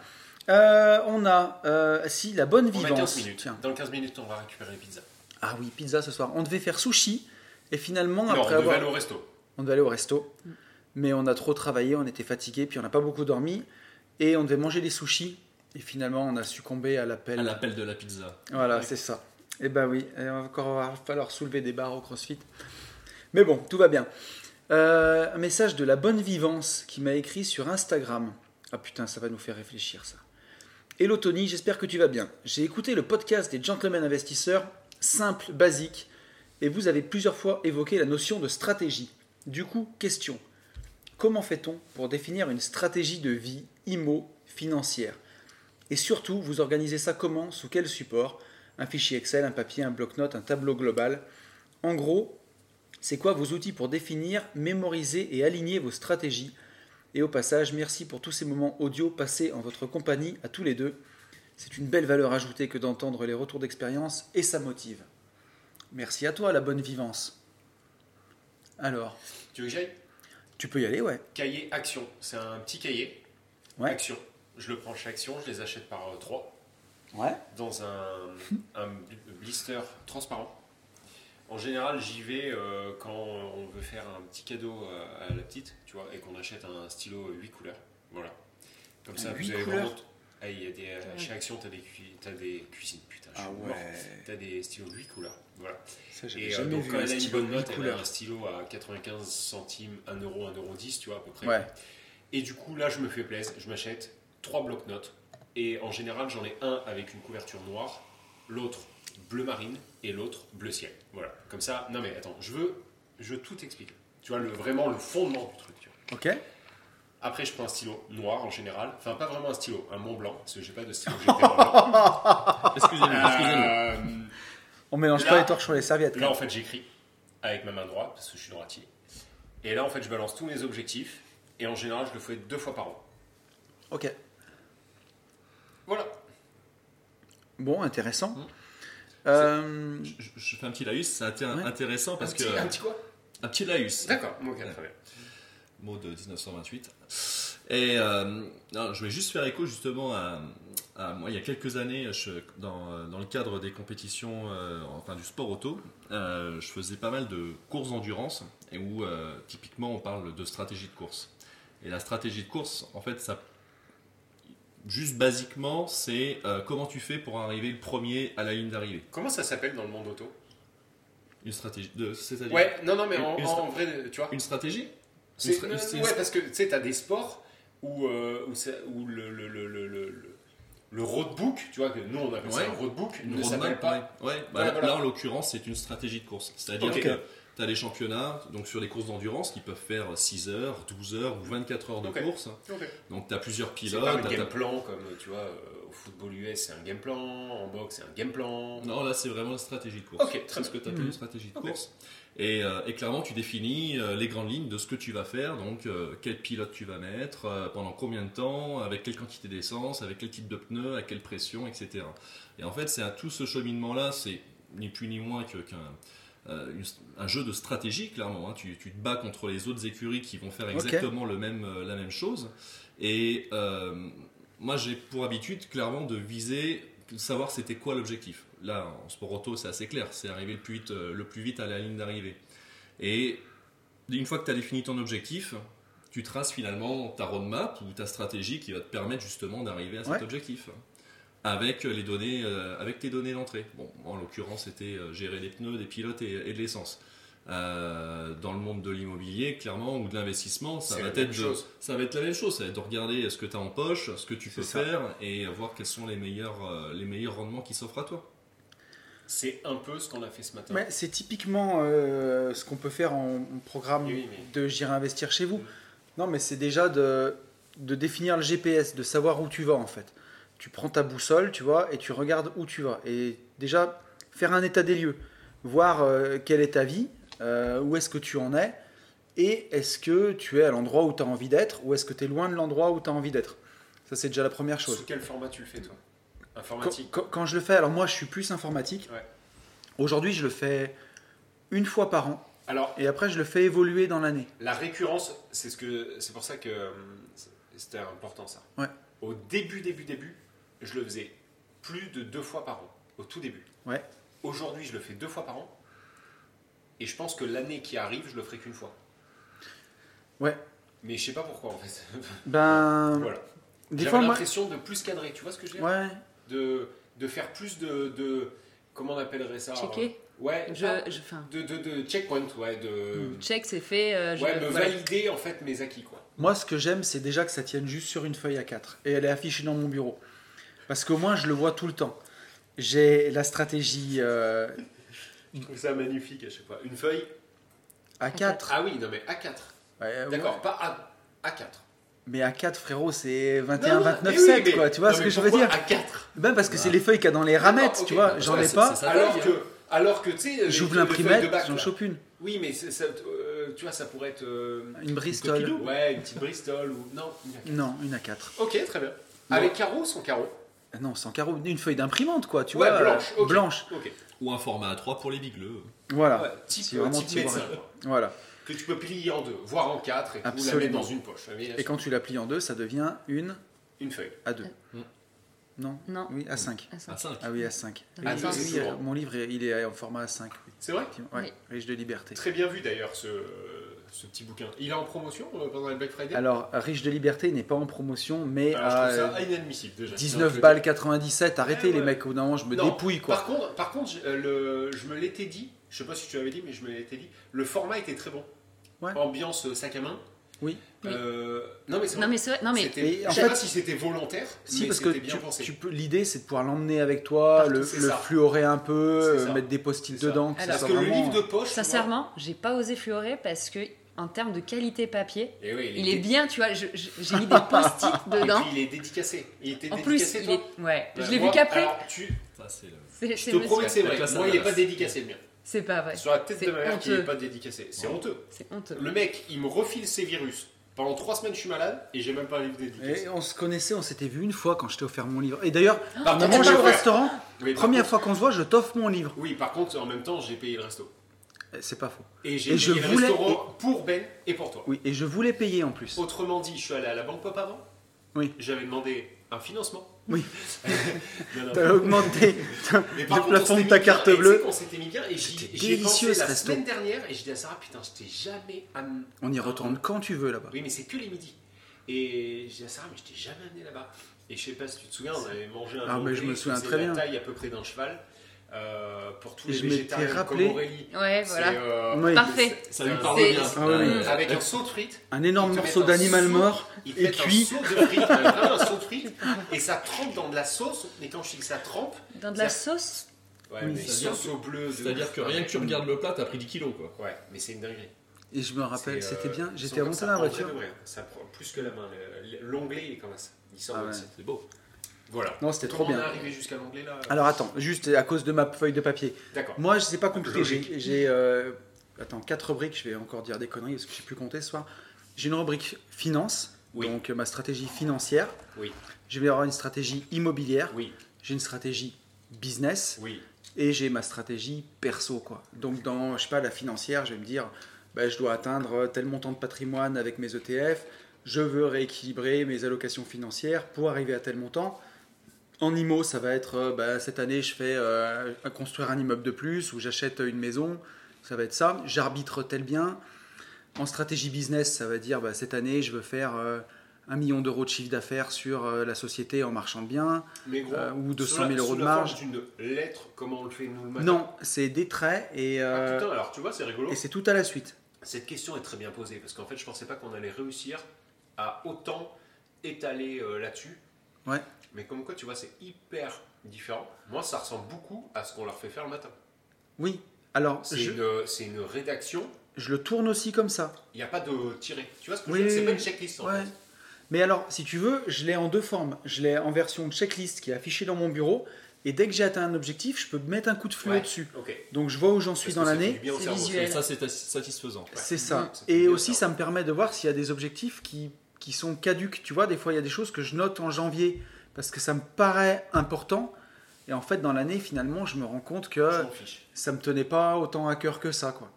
B: Euh, on a, euh, si, la bonne
C: On a 15
B: vivance.
C: minutes.
B: Tiens.
C: Dans 15 minutes, on va récupérer les pizzas.
B: Ah oui, pizza ce soir. On devait faire sushi. Et finalement,
C: Non, on
B: après
C: devait
B: avoir.
C: aller au resto.
B: On devait aller au resto, mais on a trop travaillé, on était fatigué, puis on n'a pas beaucoup dormi, et on devait manger des sushis. Et finalement, on a succombé à
D: À
B: l'appel.
D: l'appel de la pizza.
B: Voilà,
D: Ouais.
B: c'est ça. Et ben oui, et encore va falloir soulever des barres au CrossFit. Mais bon, tout va bien. Euh, un message de la bonne vivance qui m'a écrit sur Instagram. Ah putain, ça va nous faire réfléchir ça. Hello Tony, j'espère que tu vas bien. J'ai écouté le podcast des gentlemen investisseurs, simple, basique, et vous avez plusieurs fois évoqué la notion de stratégie. Du coup, question. Comment fait-on pour définir une stratégie de vie IMO financière et surtout, vous organisez ça comment Sous quel support Un fichier Excel, un papier, un bloc-notes, un tableau global En gros, c'est quoi vos outils pour définir, mémoriser et aligner vos stratégies Et au passage, merci pour tous ces moments audio passés en votre compagnie à tous les deux. C'est une belle valeur ajoutée que d'entendre les retours d'expérience et ça motive. Merci à toi, la bonne vivance. Alors,
C: Tu veux que j'aille
B: tu peux y aller, ouais.
C: Cahier Action. C'est un petit cahier.
B: Ouais.
C: Action. Je le prends chez Action, je les achète par euh, trois.
B: Ouais.
C: dans un, un bl- blister transparent. En général, j'y vais euh, quand on veut faire un petit cadeau euh, à, à la petite, tu vois, et qu'on achète un stylo 8 couleurs. Voilà. Comme ça,
B: Huit
C: vous avez
B: couleurs
C: vraiment. Ah, il y a des, Chez Action, t'as des, cui- t'as des cuisines, putain.
B: Ah
C: je suis mort. T'as des stylos 8 couleurs. Voilà.
B: Ça, j'avais
C: Et euh,
B: jamais
C: donc,
B: vu
C: quand
B: un
C: elle a une
B: stylo
C: bonne note,
B: huit
C: elle a
B: couleurs.
C: un stylo à 95 centimes, 1 euro, 1 euro 10, tu vois, à peu près.
B: Ouais.
C: Et du coup, là, je me fais plaisir. Je m'achète trois blocs-notes. Et en général, j'en ai un avec une couverture noire, l'autre bleu marine et l'autre bleu ciel. Voilà. Comme ça, non mais attends, je veux, je veux tout expliquer. Tu vois, le, vraiment le fondement du truc. tu vois.
B: Ok.
C: Après, je prends un stylo noir en général. Enfin, pas vraiment un stylo, un Mont Blanc, parce que j'ai pas de stylo. que j'ai fait moi.
D: Excusez-moi, excusez-moi.
C: Euh,
B: On mélange
C: Là-
B: pas les torches sur les serviettes.
C: là, en fait, j'écris avec ma main droite, parce que je suis droitier. Et là, en fait, je balance tous mes objectifs. Et en général, je le fais deux fois par an.
B: Ok.
C: Voilà.
B: Bon, intéressant.
D: Mm.
B: Euh,
D: Je, je fais un petit laïus, c'est inté-
B: Ouais.
D: intéressant parce
C: un, petit,
D: que.
C: un petit quoi
D: Un petit laïus.
C: D'accord, ok, très bien.
D: mot de 1928. Et euh, non, je voulais juste faire écho justement à, à moi, il y a quelques années, je- dans, dans le cadre des compétitions, euh, enfin du sport auto, euh, je faisais pas mal de courses d'endurance et où euh, typiquement on parle de stratégie de course. Et la stratégie de course, en fait, ça, juste basiquement, c'est euh, comment tu fais pour arriver le premier à la ligne d'arrivée.
C: Comment ça s'appelle dans le monde auto
D: Une stratégie de, c'est-à-dire
C: Ouais, non, non, mais en,
D: Une- une
C: en-
D: stra-
C: en vrai, tu vois.
D: une stratégie.
C: c'est-
D: Une stra-
C: non,
D: une-
C: ouais, parce que tu sais, t'as des sports où, euh, où, ça- où le, le, le, le, le- le- le roadbook, tu vois, que nous on appelle
D: Ouais.
C: ça un roadbook,
D: Une
C: ne
D: roadmap,
C: s'appelle pas.
D: ouais. Ouais, bah,
C: Ouais, voilà.
D: Là, en l'occurrence, c'est une stratégie de course. C'est-à-dire
B: Ok.
D: que tu as les championnats, donc sur les courses d'endurance, qui peuvent faire 6 heures, 12 heures ou 24 heures de
C: Ok.
D: course. hein.
C: Ok.
D: Donc tu as plusieurs
C: C'est
D: pilotes.
C: pas un
D: t'as-
C: game
D: t'as-
C: plan comme, tu vois, euh, au football US c'est un game plan, en boxe c'est un game plan.
D: Non, là, c'est vraiment une stratégie de course.
C: Ok, très
D: C'est ce que tu appelles
B: Mhm.
D: une stratégie de
C: Ok.
D: course. Et, euh, et clairement, tu définis euh, les grandes lignes de ce que tu vas faire, donc euh, quel pilote tu vas mettre, euh, pendant combien de temps, avec quelle quantité d'essence, avec quel type de pneus, à quelle pression, etc. Et en fait, c'est à tout ce cheminement-là, c'est ni plus ni moins que- qu'un euh, une- un jeu de stratégie, clairement. hein. Tu, tu te bats contre les autres écuries qui vont faire exactement le même, euh, la même chose. Et euh, moi, j'ai pour habitude, clairement, de viser, de savoir c'était quoi l'objectif. Là, en sport auto, c'est assez clair. C'est arriver le plus vite, euh, le plus vite à la ligne d'arrivée. Et une fois que tu as défini ton objectif, tu traces finalement ta roadmap ou ta stratégie qui va te permettre justement d'arriver à cet
B: Ouais.
D: objectif. Avec les données, euh, avec tes données d'entrée. Bon, en l'occurrence, c'était euh, gérer les pneus, des pilotes et, et de l'essence. Euh, dans le monde de l'immobilier, clairement, ou de l'investissement, ça
C: C'est
D: va
C: la
D: être
C: même
D: de-
C: chose.
D: ça va être la même chose. Ça va être de regarder ce que tu as en poche, ce que tu peux
B: C'est ça.
D: faire, et voir quels sont les meilleurs, euh, les meilleurs rendements qui s'offrent à toi.
C: C'est un peu ce qu'on a fait ce matin.
B: ouais, c'est typiquement euh, ce qu'on peut faire en, en programme
C: Oui, oui, mais-
B: de J'irai investir chez vous. Non, mais c'est déjà de, de définir le GPS, de savoir où tu vas en fait. Tu prends ta boussole, tu vois, et tu regardes où tu vas. Et déjà, faire un état des lieux, voir euh, quelle est ta vie, euh, où est-ce que tu en es, et est-ce que tu es à l'endroit où tu as envie d'être, ou est-ce que tu es loin de l'endroit où tu as envie d'être. Ça, c'est déjà la première chose.
C: Sous quel format tu le fais, toi
B: Quand,
C: Informatique.
B: quand- quand je le fais, alors moi je suis plus informatique.
C: Ouais.
B: Aujourd'hui, je le fais une fois par an
C: Alors,
B: et après je le fais évoluer dans l'année.
C: La récurrence, c'est ce que c'est pour ça que euh, c'était important ça.
B: Ouais.
C: Au début, début, début, je le faisais plus de deux fois par an. Au tout début.
B: Ouais.
C: Aujourd'hui, je le fais deux fois par an. Et je pense que l'année qui arrive, je le ferai qu'une fois.
B: Ouais.
C: Mais je sais pas pourquoi en fait.
B: Ben,
C: voilà.
B: des fois,
C: J'avais
B: moi.
C: l'impression de plus cadrer, tu vois ce que je veux dire
B: Ouais.
C: de, de faire plus de, de- Comment on appellerait ça
E: Checker.
C: euh, Ouais.
E: Je,
C: ah,
E: je- enfin,
C: de, de, de checkpoint, ouais. De,
E: check, c'est fait.
B: Ah,
E: euh, je-
C: ouais, me
E: voilà.
C: valider en fait mes acquis, quoi.
B: Moi, ce que j'aime, c'est déjà que ça tienne juste sur une feuille à 4 et elle est affichée dans mon bureau. Parce qu'au moins, je le vois tout le temps. J'ai la stratégie euh,
C: Je trouve ça magnifique à chaque fois. Une feuille
B: à 4.
C: Ah oui, non mais A4. Ah,
B: Ah
C: D'accord, pas A, A4.
B: Mais à 4, frérot, c'est
C: Non,
B: 21,
C: non,
B: 29,
C: mais oui,
B: 7,
C: mais-
B: quoi. Tu vois
C: non,
B: ce
C: mais
B: que je veux
C: pourquoi
B: dire
C: A4.
B: Ben parce que c'est les feuilles qu'il y a dans les ramettes,
C: D'accord,
B: tu
C: ok.
B: vois.
C: Bah,
B: J'en
D: ça,
B: ai
D: c'est-
B: pas.
D: c'est ça.
C: Alors
D: feuille,
C: que, alors que tu sais.
B: J'ouvre
C: les- les feuilles de
B: l'imprimette,
C: bac,
B: j'en
C: là.
B: chope une.
C: Oui, mais c'est- ça, euh, tu vois, ça pourrait être. euh,
B: Une Bristol.
C: ouais, une petite Bristol ou. Non, une A4.
B: Non, une à 4.
C: Ok, très bien. Avec carreau ou sans carreau
B: Non, sans carreau. Une feuille d'imprimante, quoi. Tu
C: Ouais,
B: vois.
C: blanche.
B: euh,
C: ok.
B: Blanche.
C: Ok.
D: Ou un format A3 pour les bigleux.
B: Voilà.
C: Ouais, type,
B: Ah, C'est vraiment
C: type
B: tiboré.
C: médecin, quoi.
B: Voilà.
C: Que tu peux plier en deux, voire en quatre, et puis la mettre
B: Absolument.
C: dans une poche. Ah, Mais là,
B: Et quand tu la plies en deux, ça devient une
C: Une feuille.
B: à 2.
D: Mm.
B: Non
E: Non.
B: Oui, à 5.
C: Mm.
E: Ah, ça.
D: À 5.
B: Ah oui, à 5.
E: Ah,
B: Oui,
E: ça,
B: oui,
C: c'est
B: euh,
C: souvent.
B: mon livre, il est en format à 5. Oui.
C: C'est vrai
B: Effectivement, ouais,
E: Oui.
B: Riche de liberté.
C: Très bien vu d'ailleurs ce, ce petit bouquin. Il est en promotion euh, pendant le Black Friday
B: Alors, Riche de liberté n'est pas en promotion, mais
C: Alors,
B: à
C: je trouve
B: euh,
C: ça inadmissible déjà. Non, je
B: 19
C: le
B: balles 97. Arrêtez
C: Ouais,
B: les
C: ouais.
B: mecs, au bout d'un moment, je me
C: Non,
B: dépouille,
C: dis.
B: quoi.
C: Par contre, par contre je, euh, le- je me l'étais dit, je sais pas si tu l'avais dit, mais je me l'étais dit, le format était très bon.
B: Ouais.
C: Ambiance euh, sac à main.
B: Oui.
C: Euh, non mais c'est
E: Non,
C: vrai.
E: mais c'est vrai. Non, mais
C: C'était-
B: Et en
C: je sais
B: fait-
C: pas si c'était volontaire,
B: Si,
C: mais
B: parce que
C: c'était
B: tu,
C: bien pensé.
B: tu peux. L'idée, c'est de pouvoir l'emmener avec toi,
C: Partout,
B: le,
C: c'est
B: le
C: ça.
B: fluorer un peu,
C: C'est
B: euh,
C: ça.
B: mettre des post-it
C: C'est ça.
B: dedans. que ça
C: Parce
B: soit
C: que le
B: vraiment-
C: livre de poche. tu vois-
E: sincèrement, j'ai pas osé fluorer parce que, en termes de qualité papier,
C: Eh oui,
E: il est bien, tu vois. je- je- J'ai mis des post-it dedans.
C: Et puis, il est dédicacé. Il était
E: En plus,
C: dédicacé,
E: il
C: toi
E: est. Ouais, je l'ai
C: Moi,
E: vu qu'après.
C: alors, tu-
D: Ça, c'est le-
E: C'est-
C: Je
E: c'est
C: te promets
E: monsieur.
C: que c'est vrai.
D: Classe
C: Moi, il est pas
D: Ananas.
C: dédicacé le mien.
E: C'est pas vrai.
C: Sur la tête
E: C'est
C: de ma mère, il est
E: honteux.
C: pas dédicacé. C'est honteux.
E: C'est honteux.
C: Le mec, il me refile ses virus. Pendant trois semaines, je suis malade et j'ai même pas un livre dédicacé.
B: euh, Et on se connaissait, on s'était vu une fois quand je t'ai offert mon livre. Et d'ailleurs,
C: Par
B: on Ah,
C: contre,
B: mangeait
C: je
B: au
C: vais faire-
B: restaurant.
C: Mais par
B: Première
C: contre-
B: fois qu'on se voit, je t'offre mon livre.
C: Oui, par contre, en même temps, j'ai payé le resto.
B: Eh, C'est pas faux.
C: Et
B: Et
C: j'ai payé
B: je
C: le
B: voulais-
C: restaurant pour Ben et pour toi.
B: Oui, et je voulais payer en plus.
C: Autrement dit, je suis allé à la banque pop avant.
B: Oui.
C: J'avais demandé un financement.
B: Oui.
C: Non, non.
B: T'as augmenté
C: Mais
B: le
C: par contre, on
B: plafond
C: s'était
B: de ta
C: mis
B: carte
C: bien, et tu sais
B: bleue.
C: qu'on s'était mis bien et j'y-
B: C'était
C: j'y ai pensé
B: délicieux, ce
C: la
B: resto.
C: semaine dernière et je dis à Sarah, putain, je t'ai jamais amené.
B: On y retourne quand tu veux là-bas.
C: Ah Oui, mais c'est que les midis. Et je dis à Sarah, mais je t'ai jamais amené là-bas. Et je sais pas si tu te souviens, on avait mangé un
B: Ah, mais je
C: anglais
B: me
C: qui
B: souviens
C: faisait
B: très
C: la
B: bien.
C: taille à peu près d'un cheval euh, pour tous
B: Et
C: les
B: je m'étais
C: végétariens
B: rappelé-
C: comme Aurélie.
E: Ouais,
C: C'est,
E: voilà.
C: euh,
B: Oui.
E: Parfait.
C: c'est-
D: Ça
C: c'est
D: lui
C: un-
D: parle
E: c'est-
D: bien.
B: Ah oui, oui.
C: Avec un saut de frites.
B: Un
C: ils
B: énorme
C: te
B: morceau
C: mettent un
B: d'animal
C: saut-
B: mort
C: Ils te
B: et
C: mettent
B: cuit.
C: un saut de frites, mais vraiment un saut de frites. Et ça trempe dans de la sauce. Et quand je dis que ça trempe,
E: Dans de la sauce
C: ouais,
B: Oui,
C: mais
D: c'est-à-dire-
C: sauce au bleu. de
D: C'est-à-dire
C: ouf.
D: que rien que tu regardes le plat, t'as pris 10 kilos, quoi.
C: Ouais, mais c'est une dinguerie.
B: Et je me rappelle,
C: C'est, euh,
B: c'était bien.
C: ils sont
B: J'étais à
C: comme
B: monter
C: ça,
B: dans la
C: en vrai
B: voiture.
C: de vrai. Ça prend plus que la main. Le- L'onglet, il est comme ça. Il sort
B: Ah
C: comme
B: ouais.
C: ça.
D: C'est beau.
C: Voilà.
B: Non, c'était trop
C: Comment
B: bien. Ah.
C: On est arrivé jusqu'à l'onglet là.
B: Alors attends, juste à cause de ma feuille de papier.
C: D'accord.
B: Moi, je sais pas compliqué.
C: Logique.
B: J'ai, j'ai, euh, attends, quatre rubriques. Je vais encore dire des conneries parce que j'ai plus compté ce soir. J'ai une rubrique finance,
C: Oui.
B: donc euh, ma stratégie financière.
C: Oui.
B: Je vais avoir une stratégie immobilière.
C: Oui,
B: J'ai une stratégie business
C: oui.
B: et j'ai ma stratégie perso quoi. Donc dans je sais pas la financière, je vais me dire bah, je dois atteindre tel montant de patrimoine avec mes ETF, je veux rééquilibrer mes allocations financières pour arriver à tel montant. En IMO, ça va être euh, bah, cette année je fais euh, construire un immeuble de plus ou j'achète une maison, ça va être ça, j'arbitre tel bien. En stratégie business, ça va dire bah, cette année je veux faire euh, un million d'euros de chiffre d'affaires sur euh, la société en marchant de biens.
C: Mais gros,
B: Euh, ou
C: sous
B: 200 000
C: la-
B: euros
C: sous
B: de
C: la
B: marge.
C: forme d'une lettre, comment on le fait nous le matin
B: Non, c'est des traits et,
C: Bah, Ah,
B: euh,
C: putain, alors tu vois, c'est rigolo.
B: et c'est tout à la suite.
C: Cette question est très bien posée parce qu'en fait, je pensais pas qu'on allait réussir à autant étaler euh, là-dessus.
B: Ouais.
C: Mais comme quoi, tu vois, c'est hyper différent. Moi, ça ressemble beaucoup à ce qu'on leur fait faire le matin.
B: Oui. Alors,
C: C'est
B: je,
C: une, euh, c'est une rédaction.
B: je le tourne aussi comme ça.
C: Il n'y a pas de tiré. Tu vois ce que
B: Oui,
C: je veux dire C'est
B: oui,
C: pas
B: oui.
C: une checklist en
B: Ouais.
C: fait.
B: Mais alors, si tu veux, je l'ai en deux formes. Je l'ai en version checklist qui est affichée dans mon bureau. Et dès que j'ai atteint un objectif, je peux mettre un coup de fluo
C: Ouais.
B: dessus.
C: Ok.
B: Donc, je vois où j'en suis
C: Parce
B: dans
C: que ça fait
B: l'année.
C: du bien au
E: c'est
C: cerveau.
E: visuel.
D: Et ça, c'est satisfaisant.
B: C'est
E: Mhm.
B: ça.
C: Ça fait du
B: Et
C: bien au
B: aussi,
C: cerveau.
B: ça me permet de voir s'il y a des objectifs qui, qui sont caduques. Tu vois, des fois, il y a des choses que je note en janvier parce que ça me paraît important. Et en fait, dans l'année, finalement, je me rends compte que.
C: Je m'en fiche.
B: ça me tenait pas autant à cœur que ça quoi.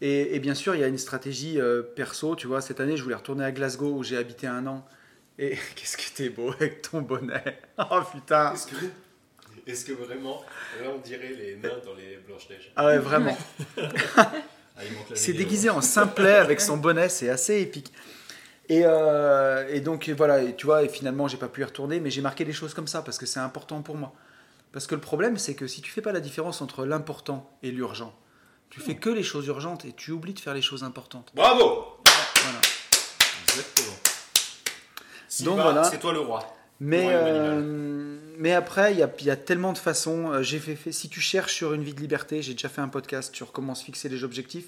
B: Et, et bien sûr, il y a une stratégie euh, perso, tu vois, cette année je voulais retourner à Glasgow où j'ai habité un an. Et qu'est-ce que t'es beau avec ton bonnet. Oh putain.
C: Est-ce que- Est-ce que vraiment, là, on dirait les nains dans les Blanches-Neiges
B: Ah ouais, vraiment.
D: Ah, il manque la
B: C'est
D: vidéo.
B: déguisé en simplet avec son bonnet, c'est assez épique. Et, euh, et donc et voilà, et tu vois, et finalement j'ai pas pu y retourner, mais j'ai marqué des choses comme ça parce que c'est important pour moi. Parce que le problème, c'est que si tu fais pas la différence entre l'important et l'urgent, tu fais que les choses urgentes et tu oublies de faire les choses importantes.
C: Bravo
B: Voilà.
D: Exactement.
C: Simba,
B: Donc voilà.
C: c'est toi le roi.
B: Mais,
C: Ouais,
B: euh, mais après, il y a, il y a tellement de façons. Euh, J'ai fait, fait- si tu cherches sur une vie de liberté, j'ai déjà fait un podcast sur comment se fixer les objectifs.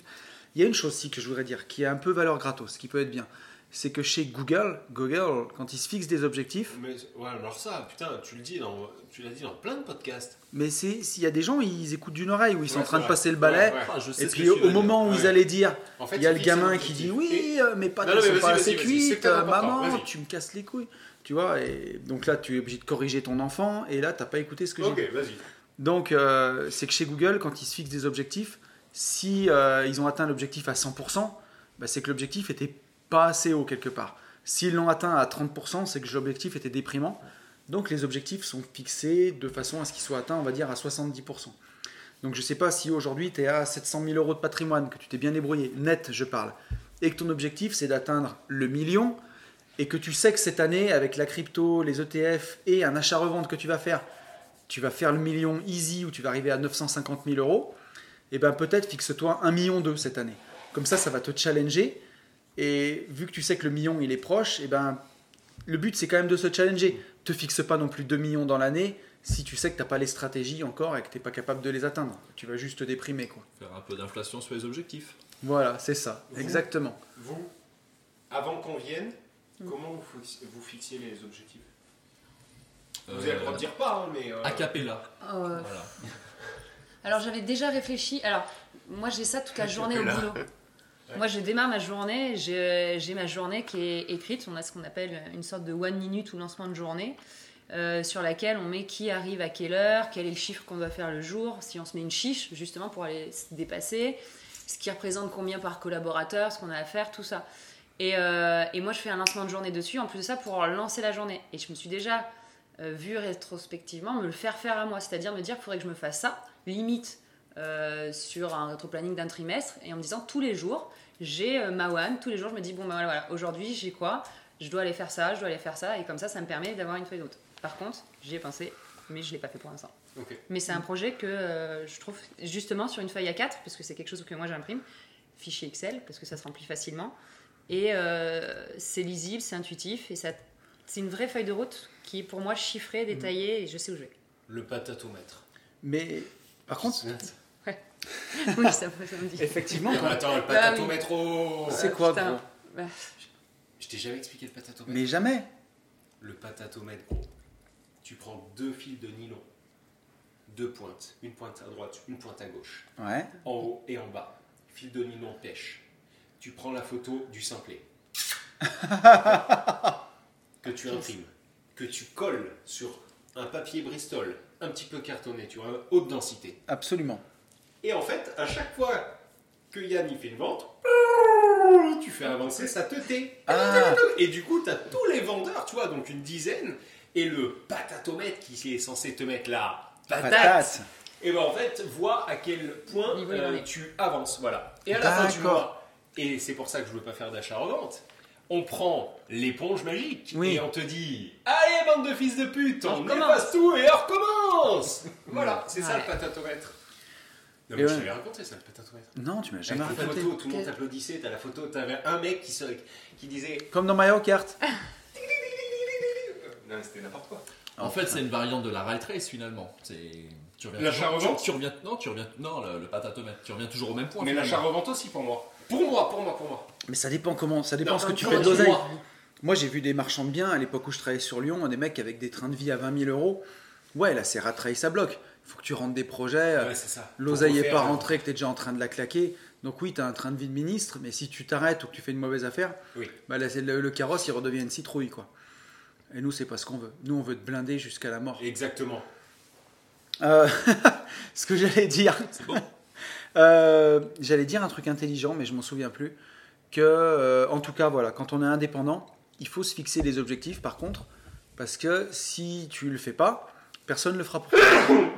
B: Il y a une chose aussi que je voudrais dire, qui a un peu valeur gratos, qui peut être bien. C'est que chez Google, Google, quand ils se fixent des objectifs,
C: Mais ouais, alors ça, putain, tu le dis dans, tu l'as dit dans plein de podcasts.
B: mais c'est- s'il y a des gens, ils écoutent d'une oreille ou ils sont
C: Ouais,
B: en train
C: c'est
B: de
C: vrai.
B: passer le balai.
C: Ouais, ouais.
D: Ah, je sais
B: Et
D: ce
B: puis
D: que tu
B: au
D: veux
B: moment où
D: dire.
B: ils allaient dire,
C: En fait,
B: il y a le
C: fixent un
B: gamin qui
C: objectif.
B: dit oui,
C: Et-
B: euh, mes patates
C: Non, non, mais
B: sont pas
C: vas-y,
B: assez
C: vas-y, vas-y, c'est
B: cuites,
C: très
B: euh,
C: important,
B: maman,
C: vas-y.
B: tu me casses les couilles. Tu vois, et donc là, tu es obligé de corriger ton enfant, et là, t'as pas écouté ce que j'ai dit.
C: Ok, vas-y.
B: Donc, euh, c'est que chez Google, quand ils se fixent des objectifs, si euh, ils ont atteint l'objectif à 100%, bah, c'est que l'objectif était pas assez haut quelque part. S'ils l'ont atteint à 30%, c'est que l'objectif était déprimant. Donc, les objectifs sont fixés de façon à ce qu'ils soient atteints, on va dire, à 70%. Donc, je sais pas si aujourd'hui, tu es à 700 000 euros de patrimoine, que tu t'es bien débrouillé, net, je parle, et que ton objectif, c'est d'atteindre le million, et que tu sais que cette année, avec la crypto, les ETF et un achat-revente que tu vas faire, tu vas faire le million easy ou tu vas arriver à 950 000 euros, et ben peut-être fixe-toi un million d'eux cette année. Comme ça, ça va te challenger. Et vu que tu sais que le million il est proche, et ben le but c'est quand même de se challenger. Te fixe pas non plus 2 millions dans l'année si tu sais que t'as pas les stratégies encore et que t'es pas capable de les atteindre. Tu vas juste te déprimer quoi.
D: Faire un peu d'inflation sur les objectifs.
B: Voilà, c'est ça,
C: Vous-
B: exactement.
C: Vous, avant qu'on vienne,
B: Mm.
C: comment vous, fix- vous fixiez les objectifs Vous avez le droit de dire pas, hein, mais. euh,
D: A cappella.
E: Euh,
D: Voilà.
E: Alors j'avais déjà réfléchi. Alors moi j'ai ça toute la journée au boulot. Moi je démarre ma journée, j'ai j'ai ma journée qui est écrite. On a ce qu'on appelle une sorte de one minute ou lancement de journée. euh, sur laquelle on met qui arrive à quelle heure, quel est le chiffre qu'on doit faire le jour, si on se met une chiche justement pour aller se dépasser, ce qui représente combien par collaborateur, ce qu'on a à faire, tout ça. Et, euh, et moi je fais un lancement de journée dessus, en plus de ça pour lancer la journée. Et je me suis déjà euh, vu rétrospectivement, me le faire faire à moi. C'est-à-dire me dire, il faudrait que je me fasse ça, limite, euh, sur un rétro-planning d'un trimestre, et en me disant, tous les jours, j'ai euh, ma one, tous les jours, je me dis, bon, bah, voilà, voilà, aujourd'hui, j'ai quoi Je dois aller faire ça, je dois aller faire ça, et comme ça, ça me permet d'avoir une feuille d'autre. Par contre, j'y ai pensé, mais je ne l'ai pas fait pour l'instant.
C: Ok.
E: Mais c'est un projet que euh, je trouve justement sur une feuille A4, parce que c'est quelque chose que moi j'imprime, fichier Excel, parce que ça se remplit facilement. Et euh, c'est lisible, c'est intuitif, et ça, c'est une vraie feuille de route qui est pour moi chiffrée,
B: Mmh.
E: détaillée, et je sais où je vais.
C: Le patatomètre.
B: Mais par contre,
E: oui, ça, me- ça me dit.
B: effectivement,
C: Ah,
B: quand-
C: Attends, le patatomètre oh
B: c'est quoi
E: putain.
B: gros
E: Bah,
C: Je t'ai jamais expliqué le patatomètre.
B: Mais jamais.
C: Le patatomètre, gros. Tu prends deux fils de nylon, deux pointes, une pointe à droite, une pointe à gauche.
B: Ouais.
C: en haut et en bas. Fil de nylon pêche. Tu prends la photo du simplet. que tu imprimes. Que tu colles sur un papier Bristol, un petit peu cartonné, tu vois, haute densité.
B: Absolument.
C: Et en fait, à chaque fois que Yann y fait une vente, tu fais avancer sa teuté.
B: Ah.
C: Et du coup, tu as tous les vendeurs, tu vois, donc une dizaine. Et le patatomètre qui est censé te mettre la patate.
B: Patate.
C: Et ben en fait, vois à quel point
E: Niveau
C: euh,
E: élevé.
C: tu avances. Voilà. Et à la fin du
B: D'accord.
C: mois, et c'est pour ça que je ne veux pas faire d'achat-revente, on prend l'éponge magique
B: Oui.
C: et on te dit Allez, bande de fils de pute,
E: On
C: on,
E: recommence.
C: efface tout et on recommence Voilà, c'est ça
E: Ouais.
C: le patatomètre. Non,
B: Et
C: mais je
B: ouais.
C: t'avais raconté ça, le patatomètre.
B: Non, tu m'as jamais
C: Avec la
B: raconté.
C: photo, tout le monde t'applaudissait, t'as la photo, t'avais un mec qui, se- qui disait. euh,
B: Comme dans Mario Kart.
C: Non, mais c'était n'importe quoi.
D: En fait, c'est une variante de la rat race finalement. C'est tu reviens
C: La
D: toujours,
C: charrevente
D: tu, tu reviens non, tu reviens non le, le patatomètre, tu reviens toujours au
E: Oh,
D: même point.
C: Mais
D: finalement.
C: l'achat-revente aussi pour moi. Pour moi, pour moi, pour moi.
B: Mais ça dépend comment, ça dépend
C: Non,
B: ce que
C: non,
B: tu
C: non,
B: fais de
C: non,
B: l'oseille.
C: moi.
B: Moi, j'ai vu des marchands de biens à l'époque où je travaillais sur Lyon, des mecs avec des trains de vie à 20 000 euros. Ouais, là, c'est rattraper ça bloque. Il faut que tu rentres des projets. euh,
C: Ouais, c'est ça.
B: L'oseille
C: Faut
B: n'est pas
C: faire- euh,
B: rentrée, que tu es déjà en train de la claquer. Donc, oui, tu as un train de vie de ministre, mais si tu t'arrêtes ou que tu fais une mauvaise affaire,
C: Oui.
B: bah, là, c'est le, le carrosse, il redevient une citrouille. quoi. Et nous, c'est pas ce qu'on veut. Nous, on veut te blinder jusqu'à la mort.
C: Exactement.
B: Euh, ce que j'allais dire, Euh, j'allais dire un truc intelligent, mais je m'en souviens plus. Que, euh, en tout cas, voilà, quand on est indépendant, il faut se fixer des objectifs, par contre, parce que si tu le fais pas, Personne ne le fera pour toi.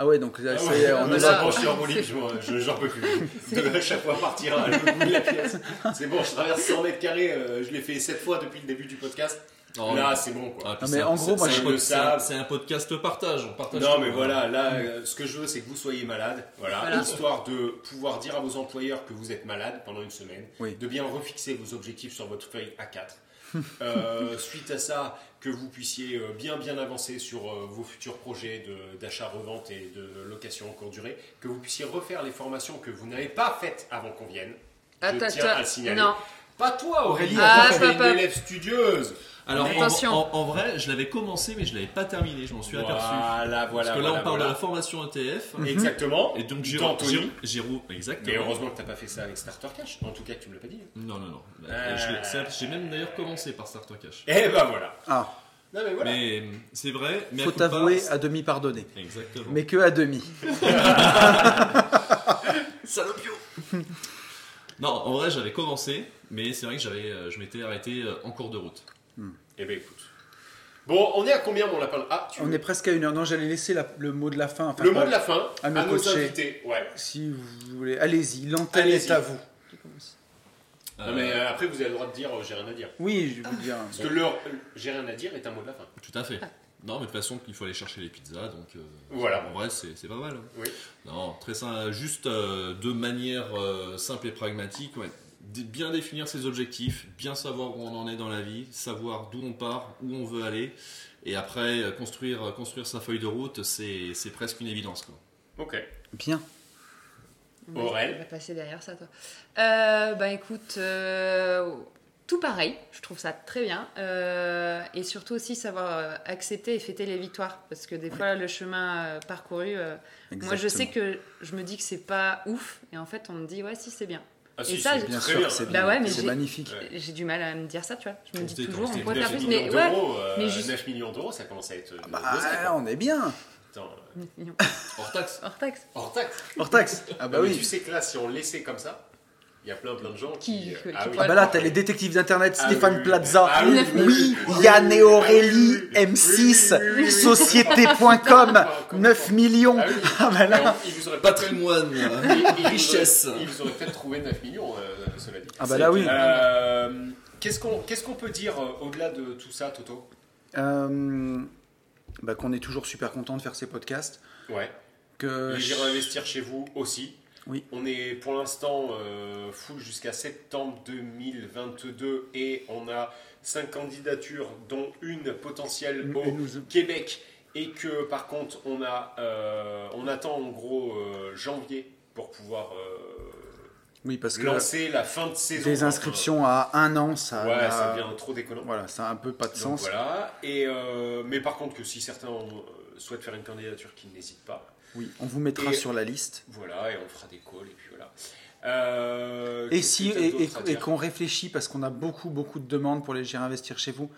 B: Ah ouais, donc là,
D: Ah
B: ça
D: ouais,
B: y est, on
D: non,
B: est
D: c'est
B: là.
D: bon, je suis en Bolivie, je m'en- je- j'en peux plus. De à chaque fois partir à l'autre bout de la pièce. C'est bon, je traverse 100 mètres carrés, euh, je l'ai fait 7 fois depuis le début du podcast. là, Oh, ah, c'est bon quoi.
B: Non, Ah, mais en gros, moi,
C: je-
D: c'est un, c'est un podcast partage. On partage
C: Non
D: tout,
C: mais
D: hein.
C: voilà, là, euh, ce que je veux, c'est que vous soyez malade, voilà,
E: Voilà.
C: histoire de pouvoir dire à vos employeurs que vous êtes malade pendant une semaine,
B: Oui.
C: de bien refixer vos objectifs sur votre feuille A4. Euh, suite à ça, que vous puissiez euh, bien bien avancer sur euh, vos futurs projets de- d'achat-revente et de location en courte durée, que vous puissiez refaire les formations que vous n'avez pas faites avant qu'on vienne. Je
E: Attends,
C: tiens à le signaler.
E: Ah, non.
C: Pas toi Aurélie,
E: Ah,
C: toi, t'avais
E: pas- pas-
C: une élève studieuse.
D: Alors, en-
E: Attention.
D: En, en vrai, je l'avais commencé, mais je l'avais pas terminé. Je m'en suis
C: voilà,
D: aperçu.
C: voilà,
D: Parce que là,
C: voilà,
D: on parle
C: voilà.
D: de la formation ETF.
C: Exactement.
D: Et donc, j'ai
C: D'Anthony.
D: Giro,
C: Mais
D: exactement.
C: heureusement que t'as pas fait ça avec Starter Cash. En tout cas, que tu me l'as pas dit. hein.
D: Non, non, non. Bah,
C: Euh.
D: je l'ai- ça, J'ai même d'ailleurs commencé par Starter Cash.
C: Eh ben voilà.
B: Ah,
C: Non mais voilà.
D: Mais euh, c'est vrai. Mais
B: faut
D: à coup de
B: t'avouer
D: pas-
B: à demi pardonné.
D: Exactement.
B: Mais que à demi.
D: Salopio Non, en vrai, j'avais commencé, mais c'est vrai que j'avais, euh, je m'étais arrêté euh, en cours de route.
C: Eh ben écoute. Bon, on est à combien mon lapin Ah, tu
B: On est presque à une heure. Non, j'allais laisser la- le mot de la fin. enfin,
C: le
B: pas-
C: mot de la fin
B: à
C: à,
B: me
C: nos
B: coacher.
C: invités. Ouais.
B: Si vous voulez, allez-y, l'antenne
C: Allez-y.
B: est à vous.
D: Euh,
C: Non, mais euh, après vous avez le droit de dire euh, j'ai rien à dire.
B: Oui, je vais vous dire.
D: Ah.
C: Parce que le j'ai rien à dire est un mot de la fin.
D: Tout à fait. Non, mais de toute façon, il faut aller chercher les pizzas, donc. euh,
C: Voilà.
D: En vrai, c'est c'est pas mal. hein.
C: Oui.
D: Non, très simple, juste euh, de manière euh, simple et pragmatique, ouais. D- bien définir ses objectifs, bien savoir où on en est dans la vie, savoir d'où on part, où on veut aller, et après euh, construire, euh, construire sa feuille de route, c'est c'est presque une évidence. Quoi.
C: Ok.
B: Bien.
C: Aurel.
E: On va Bah, passer derrière ça, toi. Euh, bah écoute, euh, tout pareil, je trouve ça très bien. Euh, et surtout aussi savoir euh, accepter et fêter les victoires. Parce que des fois, le chemin euh, parcouru, euh, moi je sais que je me dis que c'est pas ouf. Et en fait, on me dit, ouais, si, c'est bien.
C: Ah
E: Et ça,
C: c'est
B: Bien
C: très
B: sûr,
C: bien. Euh,
B: c'est
E: Bah ouais, mais
B: c'est
E: j'ai-
B: magnifique.
C: Ouais.
E: J'ai du mal à me dire ça, tu vois. Bah, Je me dis
D: C'était-
E: toujours, on
D: c'était
E: pourrait faire
C: 9
E: plus.
C: millions
E: Mais ouais,
C: d'euros, euh,
E: mais juste-
C: 9 millions d'euros, ça commence à être euh,
B: Bah,
C: de- de-
B: là, on est bien.
C: Attends, euh,
D: Hors taxe.
E: hors taxe.
C: hors taxe.
B: Hors taxe. Ah bah
C: Mais Tu
B: oui.
C: sais que là, si on le laissait comme ça, il y a plein plein de gens
E: Qui-
C: qui.
E: qui-
C: ah
E: qui
C: oui.
B: Ah bah là, t'as les détectives d'internet Stéphane
C: oui.
B: Plaza.
C: Ah
E: oui, oui,
B: oui,
C: oui, oui.
B: Yann et Aurélie,
C: Oui, oui, oui,
B: M6,
C: oui, oui, oui.
B: Société.com, 9 millions.
C: Ah oui.
B: Ah bah là.
C: Alors, ils vous auraient peut-être-
D: Patrimoine.
C: ils- ils-
D: Richesse.
C: Ils vous auraient peut-être trouvé 9 millions, euh, cela dit.
B: Ah bah là oui.
C: Euh, Qu'est-ce qu'on qu'est-ce qu'on peut dire euh, au-delà de tout ça, Toto
B: Euh, bah, qu'on est toujours super content de faire ces podcasts.
C: Ouais.
B: Que
C: Les gens Euh, investir chez vous aussi.
B: Euh, Oui.
C: On est pour l'instant euh, full jusqu'à septembre 2022 et on a 5 candidatures, dont une potentielle au
B: Nous-
C: Québec et que par contre on a euh, on attend en gros euh, janvier pour pouvoir euh,
B: Oui, parce que
C: lancer la fin de saison.
B: des inscriptions à un an, ça.
C: Ouais,
B: a-
C: ça devient trop déconnant.
B: Voilà, ça a un peu pas de
C: Donc
B: sens.
C: voilà. Et euh, mais par contre que si certains ont, euh, souhaitent faire une candidature, qu'ils n'hésitent pas.
B: Oui, on vous mettra
C: Et-
B: sur la liste.
C: Voilà, et on fera des calls et puis voilà. Euh,
B: Et
C: qu'est-ce
B: si
C: que t'as
B: et, et-
C: d'autre à
B: et
C: dire
B: qu'on réfléchit parce qu'on a beaucoup beaucoup de demandes pour les gérer investir chez vous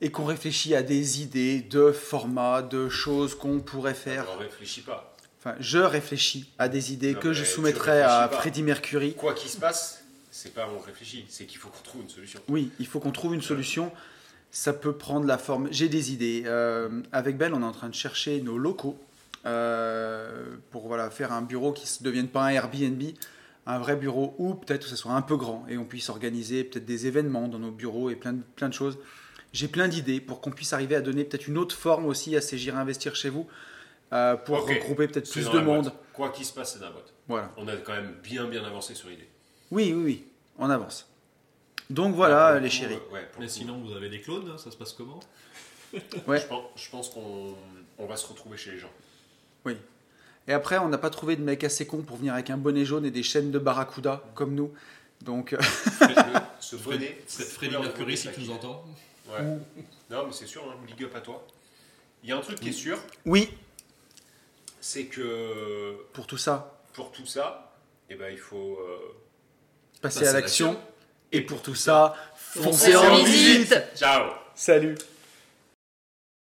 B: et qu'on réfléchit à des idées de formats, de choses qu'on pourrait faire.
C: On réfléchit pas.
B: Enfin, je réfléchis à des idées
C: Non,
B: que
C: mais
B: je
C: tu
B: soumettrai à
C: réfléchis pas.
B: Freddie Mercury.
C: Quoi qu'il se passe, c'est pas on réfléchit, c'est qu'il faut qu'on trouve une solution.
B: Oui, il faut qu'on trouve une solution. Ça peut prendre la forme. J'ai des idées. Euh, avec Belle, on est en train de chercher nos locaux euh, pour voilà, faire un bureau qui ne devienne pas un Airbnb, un vrai bureau où peut-être que ce soit un peu grand et on puisse organiser peut-être des événements dans nos bureaux et plein de, plein de choses. J'ai plein d'idées pour qu'on puisse arriver à donner peut-être une autre forme aussi à ces J'irai investir chez vous euh, pour
C: Ok.
B: regrouper peut-être
C: C'est
B: plus
C: dans
B: de
C: la boîte.
B: monde.
C: Quoi qu'il se passe, c'est dans la boîte.
B: Voilà.
C: On a quand même bien bien avancé sur l'idée.
B: Oui, oui, oui. On avance. Donc voilà,
C: Pour le
B: les
C: coup,
B: chéris.
C: euh, ouais, pour
D: Mais
C: le coup,
D: sinon, vous avez des clones, hein, ça se passe comment
B: ouais.
C: je pense, je pense qu'on on va se retrouver chez les gens.
B: Et après, on n'a pas trouvé de mec assez con pour venir avec un bonnet jaune et des chaînes de barracuda comme nous. Donc, euh,
C: Ce bonnet.
D: Fred-
C: cette
D: Freddy
C: couleur de
D: Mercury,
C: bonnet,
D: si
C: ça
D: tu
C: kiffe.
D: nous entends.
C: Ouais. Non, mais c'est sûr, hein, big up à toi. Il y a un truc qui est sûr,
B: oui,
C: c'est que
B: pour tout ça,
C: pour tout ça, eh ben, il faut. euh,
B: passer
D: Passer
B: à
D: à
B: l'action. Et pour tout ça, foncez
E: en
B: en
E: visite.
B: visite.
C: Ciao
B: Salut.